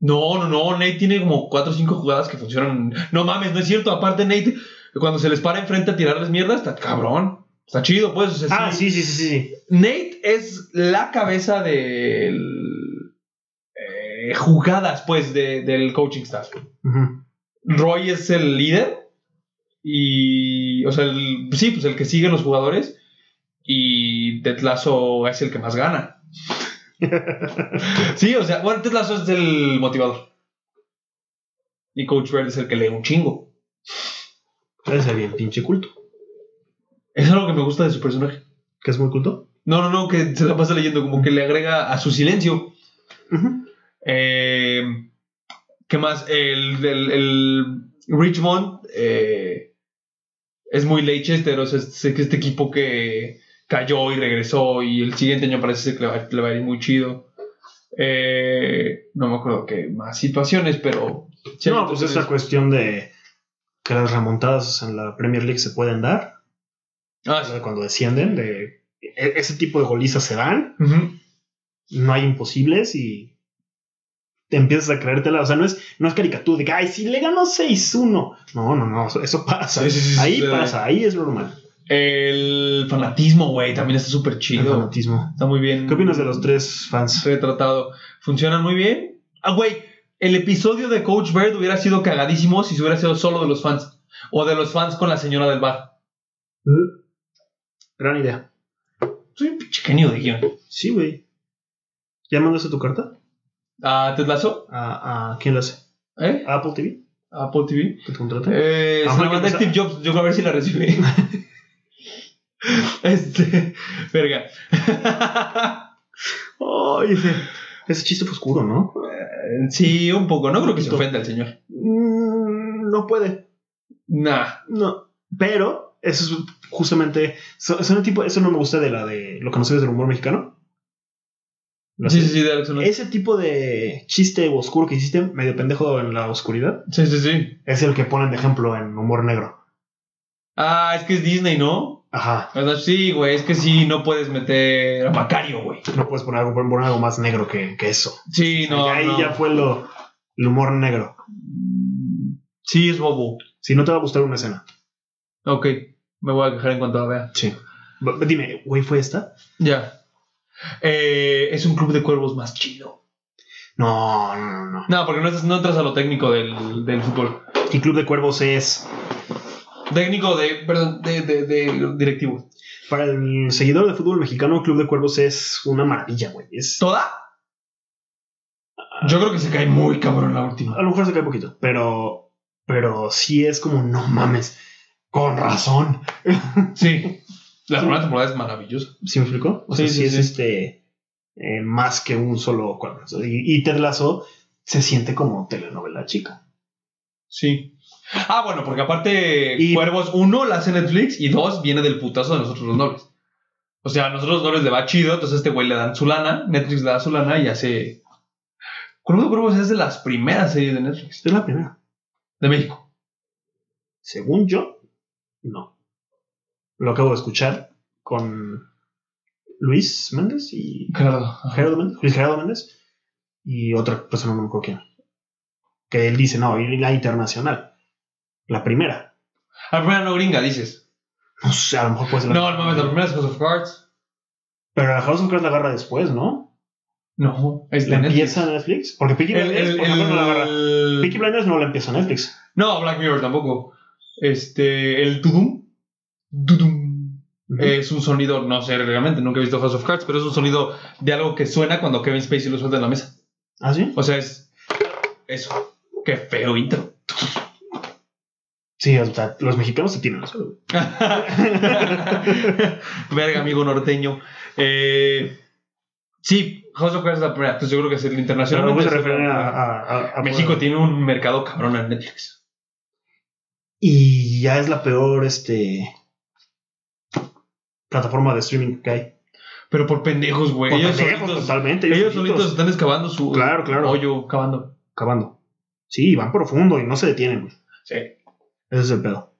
Speaker 2: No, no, no, Nate tiene como 4 o 5 jugadas que funcionan. No mames, no es cierto. Aparte, Nate, cuando se les para enfrente a tirarles mierda, está cabrón. Está chido, pues. o sea,
Speaker 1: Ah,
Speaker 2: sí.
Speaker 1: sí, sí, sí, sí.
Speaker 2: Nate es la cabeza del. eh, jugadas, pues, de- del coaching staff.
Speaker 1: Ujú.
Speaker 2: Roy es el líder. Y. O sea, el- sí, pues el que sigue los jugadores. Y Ted Lasso es el que más gana. sí, o sea, bueno, Ted Lasso es el motivador. Y Coach Bird es el que lee un chingo.
Speaker 1: Parece bien, pinche culto.
Speaker 2: Es algo que me gusta de su personaje.
Speaker 1: ¿Que es muy culto?
Speaker 2: No, no, no, que se la pasa leyendo, como que le agrega a su silencio.
Speaker 1: Ujú.
Speaker 2: Eh, ¿Qué más? El, el- el Richmond eh, es muy Leicester, o sea, es, es este equipo que cayó y regresó y el siguiente año parece que le va, le va a ir muy chido. Eh, no me acuerdo qué más situaciones, pero... sí,
Speaker 1: no, pues
Speaker 2: entonces-
Speaker 1: esa cuestión de que las remontadas en la Premier League se pueden dar.
Speaker 2: Ah,
Speaker 1: o
Speaker 2: sí.
Speaker 1: sea, cuando descienden, de e- ese tipo de golizas se dan.
Speaker 2: Ujú.
Speaker 1: No hay imposibles y te empiezas a creértela. O sea, no es, no es caricatura de que, ay, si le ganó 6-1. No, no, no, eso- eso pasa.
Speaker 2: Sí, sí, sí, sí,
Speaker 1: ahí
Speaker 2: sí.
Speaker 1: pasa, ahí es normal.
Speaker 2: El fanatismo, güey, también está súper
Speaker 1: El
Speaker 2: chido.
Speaker 1: fanatismo.
Speaker 2: Está muy bien.
Speaker 1: ¿Qué opinas de los tres fans?
Speaker 2: retratado. Funcionan muy bien. Ah, güey, el episodio de Coach Bird hubiera sido cagadísimo si se hubiera sido solo de los fans. O de los fans con la señora del bar.
Speaker 1: ¿Mm? Gran idea.
Speaker 2: Soy un pinche genio de guión.
Speaker 1: Sí, güey. ¿Ya mandaste tu carta?
Speaker 2: ¿A Ah, Ted Lasso?
Speaker 1: ¿A, a quién la hace?
Speaker 2: ¿Eh? Ah,
Speaker 1: ¿A Apple TV?
Speaker 2: ¿A Apple TV?
Speaker 1: ¿Que te contrate?
Speaker 2: Eh,
Speaker 1: Ah,
Speaker 2: se la
Speaker 1: que
Speaker 2: mandé a
Speaker 1: pasa-
Speaker 2: Steve Jobs. Yo voy a ver si
Speaker 1: *laughs*
Speaker 2: la recibí. este. Verga.
Speaker 1: Ay, ese, ese chiste fue oscuro, ¿no?
Speaker 2: sí, un poco. No creo que se ofenda el señor.
Speaker 1: Mm, no puede.
Speaker 2: Nah.
Speaker 1: No. Pero eso es justamente. so- son el tipo, eso no me gusta de la de lo que no sabes del humor mexicano. La
Speaker 2: Sí, sí,
Speaker 1: serie.
Speaker 2: sí, de Alex Honnold.
Speaker 1: Ese tipo de chiste oscuro que hiciste, medio pendejo en la oscuridad,
Speaker 2: Sí, sí, sí.
Speaker 1: es el que ponen de ejemplo en humor negro.
Speaker 2: Ah, es que es Disney, ¿no?
Speaker 1: Ajá.
Speaker 2: O sea, sí, güey, es que sí, no puedes meter a Macario, güey.
Speaker 1: No puedes poner algo, pueden poner algo más negro que, que eso.
Speaker 2: Sí, no.
Speaker 1: ahí
Speaker 2: no.
Speaker 1: ya fue lo, el humor negro.
Speaker 2: Sí, es bobo.
Speaker 1: Si no te va a gustar una escena.
Speaker 2: Ok, me voy a quejar en cuanto la vea.
Speaker 1: Sí. B- Dime, güey, ¿fue esta?
Speaker 2: Ya. Eh, es un club de cuervos más chido.
Speaker 1: No, no, no, no.
Speaker 2: No, porque no, estás- no entras a lo técnico del, del fútbol.
Speaker 1: El Club de Cuervos es.
Speaker 2: Técnico de, perdón, de, de, de directivo.
Speaker 1: Para el seguidor de fútbol mexicano, Club de Cuervos es una maravilla, güey. Es-
Speaker 2: ¿Toda? Yo creo que se cae muy cabrón la última.
Speaker 1: a lo mejor se cae poquito, pero. Pero sí es como, no mames. Con razón.
Speaker 2: Sí. La primera temporada es maravillosa.
Speaker 1: ¿Sí me explico? O sea,
Speaker 2: Sí,
Speaker 1: sí,
Speaker 2: sí,
Speaker 1: es
Speaker 2: sí.
Speaker 1: este. eh, más que un solo cuervo. Y, y Ted Lasso se siente como telenovela chica.
Speaker 2: Sí. Ah, bueno, porque aparte
Speaker 1: Y-
Speaker 2: Cuervos, uno, la hace Netflix y dos, viene del putazo de nosotros los nobles. O sea, a nosotros los nobles le va chido, entonces a este güey le dan su lana, Netflix le da su lana y hace... Cuervos de Cuervos es de las primeras series de Netflix,
Speaker 1: Es la primera.
Speaker 2: de México.
Speaker 1: Según yo, no. Lo acabo de escuchar con Luis Méndez y
Speaker 2: Claro.
Speaker 1: Gerardo Méndez, Luis Gerardo Méndez y otra persona, no me acuerdo quién. Que él dice, no, y la internacional. La primera.
Speaker 2: La primera no gringa, dices.
Speaker 1: No sé, a lo mejor puede ser. la-
Speaker 2: No, no mames, la primera es House of Cards.
Speaker 1: Pero la House of Cards la agarra después, ¿no?
Speaker 2: No, es de
Speaker 1: La
Speaker 2: Netflix.
Speaker 1: empieza Netflix. Porque Peaky
Speaker 2: El-
Speaker 1: Blinders,
Speaker 2: el-
Speaker 1: por ejemplo, no la agarra.
Speaker 2: el-
Speaker 1: Peaky Blinders no la empieza Netflix.
Speaker 2: No, Black Mirror tampoco. Este, el Tudum. Tudum. Es un sonido, no sé realmente, nunca he visto House of Cards, pero es un sonido de algo que suena cuando Kevin Spacey lo suelta en la mesa.
Speaker 1: ¿Ah, sí?
Speaker 2: O sea, es eso. Qué feo intro. *laughs*
Speaker 1: Sí, o sea, los mexicanos se tienen eso. güey.
Speaker 2: Verga, amigo norteño. Eh, sí, House of Cards es la primera. Entonces yo creo que es el
Speaker 1: Pero
Speaker 2: internacional.
Speaker 1: no se refieren a, a- a- a-
Speaker 2: México tiene un mercado cabrón en Netflix.
Speaker 1: Y ya es la peor, este. Plataforma de streaming que hay.
Speaker 2: Pero por pendejos, güey.
Speaker 1: Por
Speaker 2: Ellos
Speaker 1: pendejos,
Speaker 2: solitos,
Speaker 1: totalmente.
Speaker 2: ellos solitos están excavando su
Speaker 1: Claro, claro.
Speaker 2: hoyo, cavando.
Speaker 1: Acabando. Sí, van profundo y no se detienen, güey.
Speaker 2: Sí.
Speaker 1: Ese es el pedo.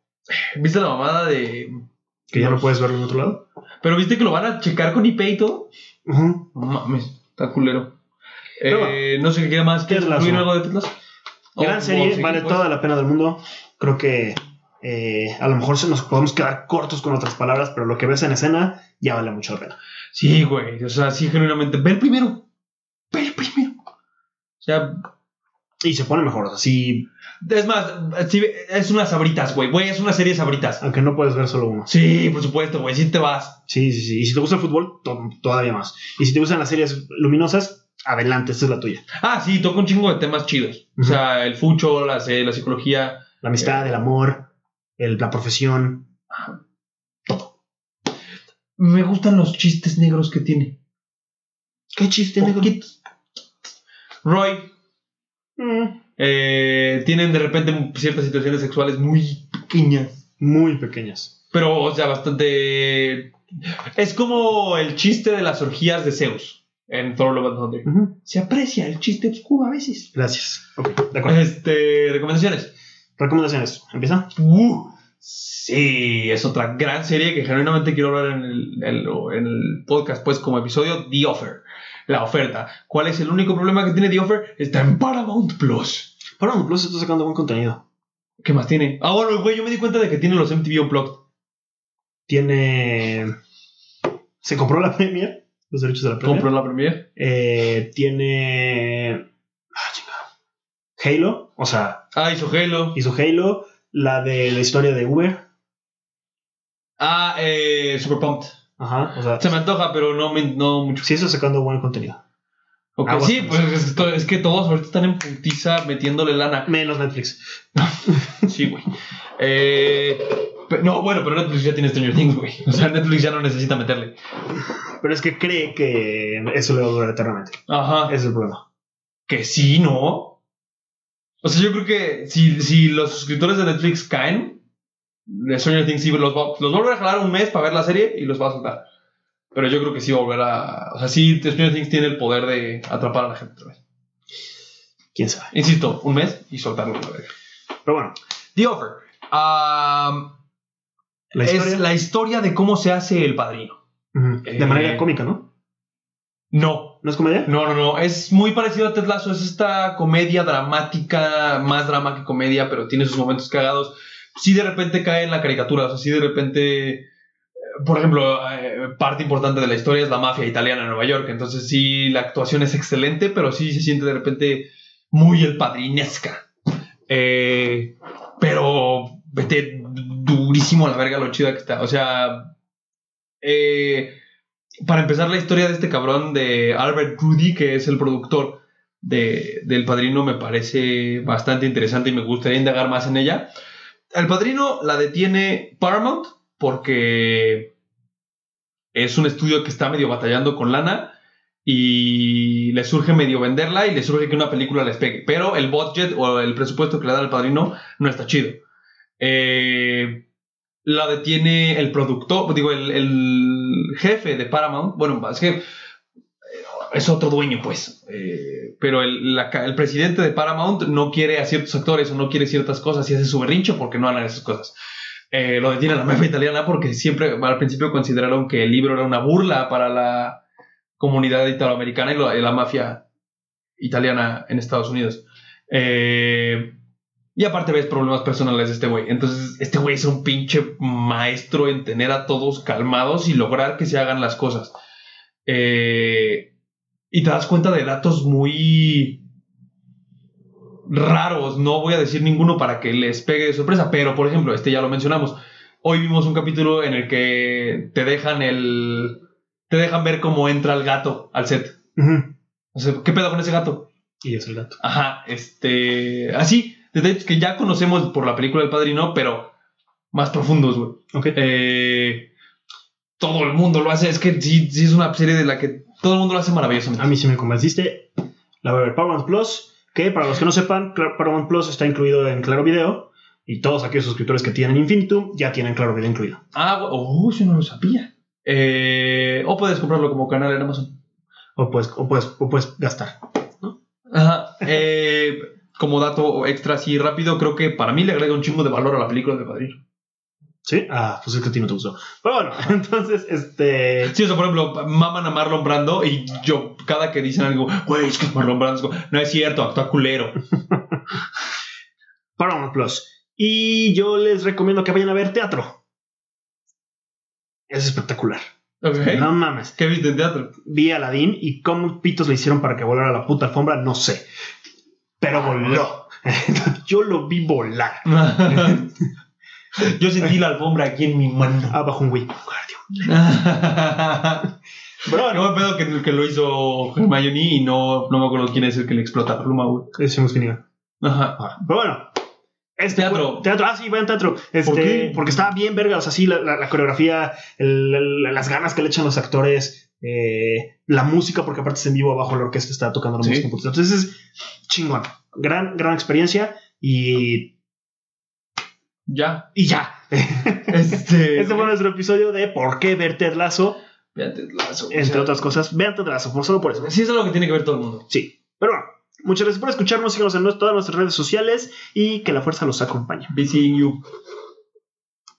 Speaker 2: ¿Viste la mamada de
Speaker 1: Que ya
Speaker 2: No.
Speaker 1: no puedes verlo en otro lado.
Speaker 2: Pero viste que lo van a checar con IP y todo.
Speaker 1: Ujú.
Speaker 2: No mames, está culero.
Speaker 1: Pero
Speaker 2: Eh, no sé qué queda más. ¿Quieres
Speaker 1: Ted Lasso.
Speaker 2: incluir algo de Ted Lasso?
Speaker 1: Gran
Speaker 2: O- o
Speaker 1: serie,
Speaker 2: seguir,
Speaker 1: vale
Speaker 2: pues.
Speaker 1: toda la pena del mundo. Creo que eh, a lo mejor se nos podemos quedar cortos con otras palabras, pero lo que ves en escena ya vale mucho la pena.
Speaker 2: Sí, güey. O sea, sí, genuinamente. Ve el primero. Ve el primero. O sea,
Speaker 1: Y se pone mejor. Así,
Speaker 2: es más, sí, es unas sabritas, güey. Güey, es una serie de sabritas.
Speaker 1: aunque no puedes ver solo uno.
Speaker 2: Sí, por supuesto, güey. Sí te vas.
Speaker 1: Sí, sí, sí. Y si te gusta el fútbol, to- todavía más. Y si te gustan las series luminosas, adelante, esta es la tuya.
Speaker 2: Ah, sí, toca un chingo de temas chidos. O sea, el fucho, la, se- la psicología.
Speaker 1: La amistad, el amor, el- la profesión.
Speaker 2: Me gustan los chistes negros que tiene.
Speaker 1: ¿Qué chiste, negro?
Speaker 2: Poquitos. Roy,
Speaker 1: Mm,
Speaker 2: eh, tienen de repente ciertas situaciones sexuales muy pequeñas,
Speaker 1: muy pequeñas.
Speaker 2: pero, o sea, bastante... Es como el chiste de las orgías de Zeus en Thor Love and Thunder.
Speaker 1: Ujú.
Speaker 2: Se aprecia el chiste oscuro a veces.
Speaker 1: Gracias. Ok, de acuerdo.
Speaker 2: Este, recomendaciones.
Speaker 1: Recomendaciones. ¿Empieza?
Speaker 2: Uh, sí, es otra gran serie que genuinamente quiero hablar en el, en lo- en el podcast, pues como episodio The Offer, la oferta. ¿Cuál es el único problema que tiene The Offer? Está en Paramount Plus.
Speaker 1: Paramount Plus está sacando buen contenido.
Speaker 2: ¿Qué más tiene? Ah, bueno, güey, yo me di cuenta de que tiene los MTV Unplugged.
Speaker 1: Tiene. Se compró la Premier, los derechos de la Premier.
Speaker 2: Compró la Premier.
Speaker 1: Eh, tiene. Ah, chingado. Halo, o sea,
Speaker 2: Ah, hizo Halo.
Speaker 1: hizo Halo. La de la historia de Uber.
Speaker 2: Ah, eh, Super Pumped.
Speaker 1: Ajá, o sea,
Speaker 2: Se me antoja, pero no, me, no mucho.
Speaker 1: sí está sacando buen contenido.
Speaker 2: Ok,
Speaker 1: Aguas
Speaker 2: sí,
Speaker 1: con
Speaker 2: pues es que, to- es que todos ahorita están en putiza metiéndole lana.
Speaker 1: Menos Netflix.
Speaker 2: Sí, güey. Eh, pe- no, bueno, pero Netflix ya tiene Stranger Things, güey. O sea, Netflix ya no necesita meterle.
Speaker 1: Pero es que cree que eso le va a durar eternamente.
Speaker 2: Ajá.
Speaker 1: Ese es el problema.
Speaker 2: Que sí, ¿no? O sea, yo creo que si, si los suscriptores de Netflix caen, de Stranger Things sí los va, los va a volver a jalar un mes para ver la serie y los va a soltar. Pero yo creo que sí va a volver a... O sea, sí, Stranger Things tiene el poder de atrapar a la gente otra vez.
Speaker 1: Quién sabe.
Speaker 2: Insisto, un mes y soltarlo. a la verga.
Speaker 1: Pero bueno,
Speaker 2: The Offer. Am,
Speaker 1: la historia.
Speaker 2: es la historia de cómo se hace el padrino.
Speaker 1: Ujú.
Speaker 2: eh,
Speaker 1: De manera cómica, ¿no?
Speaker 2: No,
Speaker 1: ¿No es comedia?
Speaker 2: no, no, no. Es muy parecido a Ted Lasso. Es esta comedia dramática, más drama que comedia, pero tiene sus momentos cagados. Sí, de repente cae en la caricatura. O sea, sí, de repente eh, por ejemplo, eh, parte importante de la historia es la mafia italiana en Nueva York. Entonces, sí, la actuación es excelente, pero sí se siente de repente muy el padrinesca. Eh, pero vete durísimo a la verga lo chida que está. O sea, eh, para empezar, la historia de este cabrón de Albert Rudy, que es el productor de, del padrino, me parece bastante interesante y me gustaría indagar más en ella. El padrino la detiene Paramount porque es un estudio que está medio batallando con lana y le surge medio venderla y le surge que una película les pegue. Pero el budget o el presupuesto que le da al padrino no está chido. Eh, la detiene el productor, digo, el, el jefe de Paramount. Bueno, es que eh, es otro dueño, pues. Eh, pero el, la- el presidente de Paramount no quiere a ciertos actores o no quiere ciertas cosas y hace su berrincho porque no harán esas cosas. Eh, lo detiene la mafia italiana porque siempre al principio consideraron que el libro era una burla para la comunidad italoamericana y, lo- y la mafia italiana en Estados Unidos. Eh, y aparte ves problemas personales de este güey. Entonces, este güey es un pinche maestro en tener a todos calmados y lograr que se hagan las cosas. Eh, y te das cuenta de datos muy raros. No voy a decir ninguno para que les pegue de sorpresa, pero por ejemplo, este ya lo mencionamos. Hoy vimos un capítulo en el que te dejan el. Te dejan ver cómo entra el gato al set.
Speaker 1: Ujú.
Speaker 2: O sea, ¿qué pedo con ese gato?
Speaker 1: Y es el dato.
Speaker 2: Ajá, este. Así, detalles que ya conocemos por la película El Padrino, pero más profundos, güey.
Speaker 1: Ok.
Speaker 2: Eh, todo el mundo lo hace. Es que sí, sí es una serie de la que todo el mundo lo hace maravillosamente.
Speaker 1: A mí sí me convenciste. La voy a ver. Paramount Plus, que para los que no sepan, Cla- Paramount Plus está incluido en Claro Video. Y todos aquellos suscriptores que tienen Infinitum ya tienen Claro Video incluido.
Speaker 2: Ah, güey. Oh, yo no lo sabía. Eh, o puedes comprarlo como canal en Amazon.
Speaker 1: O puedes, o puedes, o puedes gastar.
Speaker 2: Ajá. eh, como dato extra, así rápido, creo que para mí le agrega un chingo de valor a la película de Padrino.
Speaker 1: ¿Sí? Ah, pues es que a ti no te gustó. Pero bueno, *laughs* entonces, este.
Speaker 2: Sí, o sea, por ejemplo, maman a Marlon Brando y yo, cada que dicen algo, güey, es que es Marlon Brando, es como, no es cierto, actúa culero.
Speaker 1: Paramount Plus. Y yo les recomiendo que vayan a ver teatro. Es espectacular.
Speaker 2: Ok.
Speaker 1: No mames.
Speaker 2: ¿Qué viste en teatro?
Speaker 1: Vi a Aladdin y cómo pitos le hicieron para que volara la puta alfombra, no sé. Pero voló. *laughs* yo lo vi volar.
Speaker 2: *laughs* Yo sentí la alfombra aquí en mi mano.
Speaker 1: Ah, bajo un Wii. Guardián.
Speaker 2: no me pedo que, que *laughs* lo hizo Hermione y no, no me acuerdo quién es el que le explota la pluma, güey.
Speaker 1: Decimos Finnegan.
Speaker 2: Ajá.
Speaker 1: Ahora, Pero bueno. Es
Speaker 2: Teatro.
Speaker 1: Teatro. Ah, sí, vayan teatro. Este,
Speaker 2: qué?
Speaker 1: Porque está bien verga. O sea, sí, la, la- la coreografía, el- el- las ganas que le echan los actores, eh, la música, porque aparte es en vivo abajo la orquesta está tocando la
Speaker 2: Sí.
Speaker 1: música. Entonces es chingón. Gran, gran experiencia y, *laughs*
Speaker 2: Ya.
Speaker 1: y ya.
Speaker 2: Este.
Speaker 1: Este fue nuestro episodio de por qué ver Ted Lasso,
Speaker 2: Espérate, el lazo,
Speaker 1: entre
Speaker 2: o sea,
Speaker 1: otras cosas. Vean Ted Lasso, por solo por eso.
Speaker 2: Sí, es algo que tiene que ver todo el mundo.
Speaker 1: Sí. Pero bueno, muchas gracias por escucharnos. Síganos en nues- todas nuestras redes sociales y que la fuerza los acompañe.
Speaker 2: Be seeing you.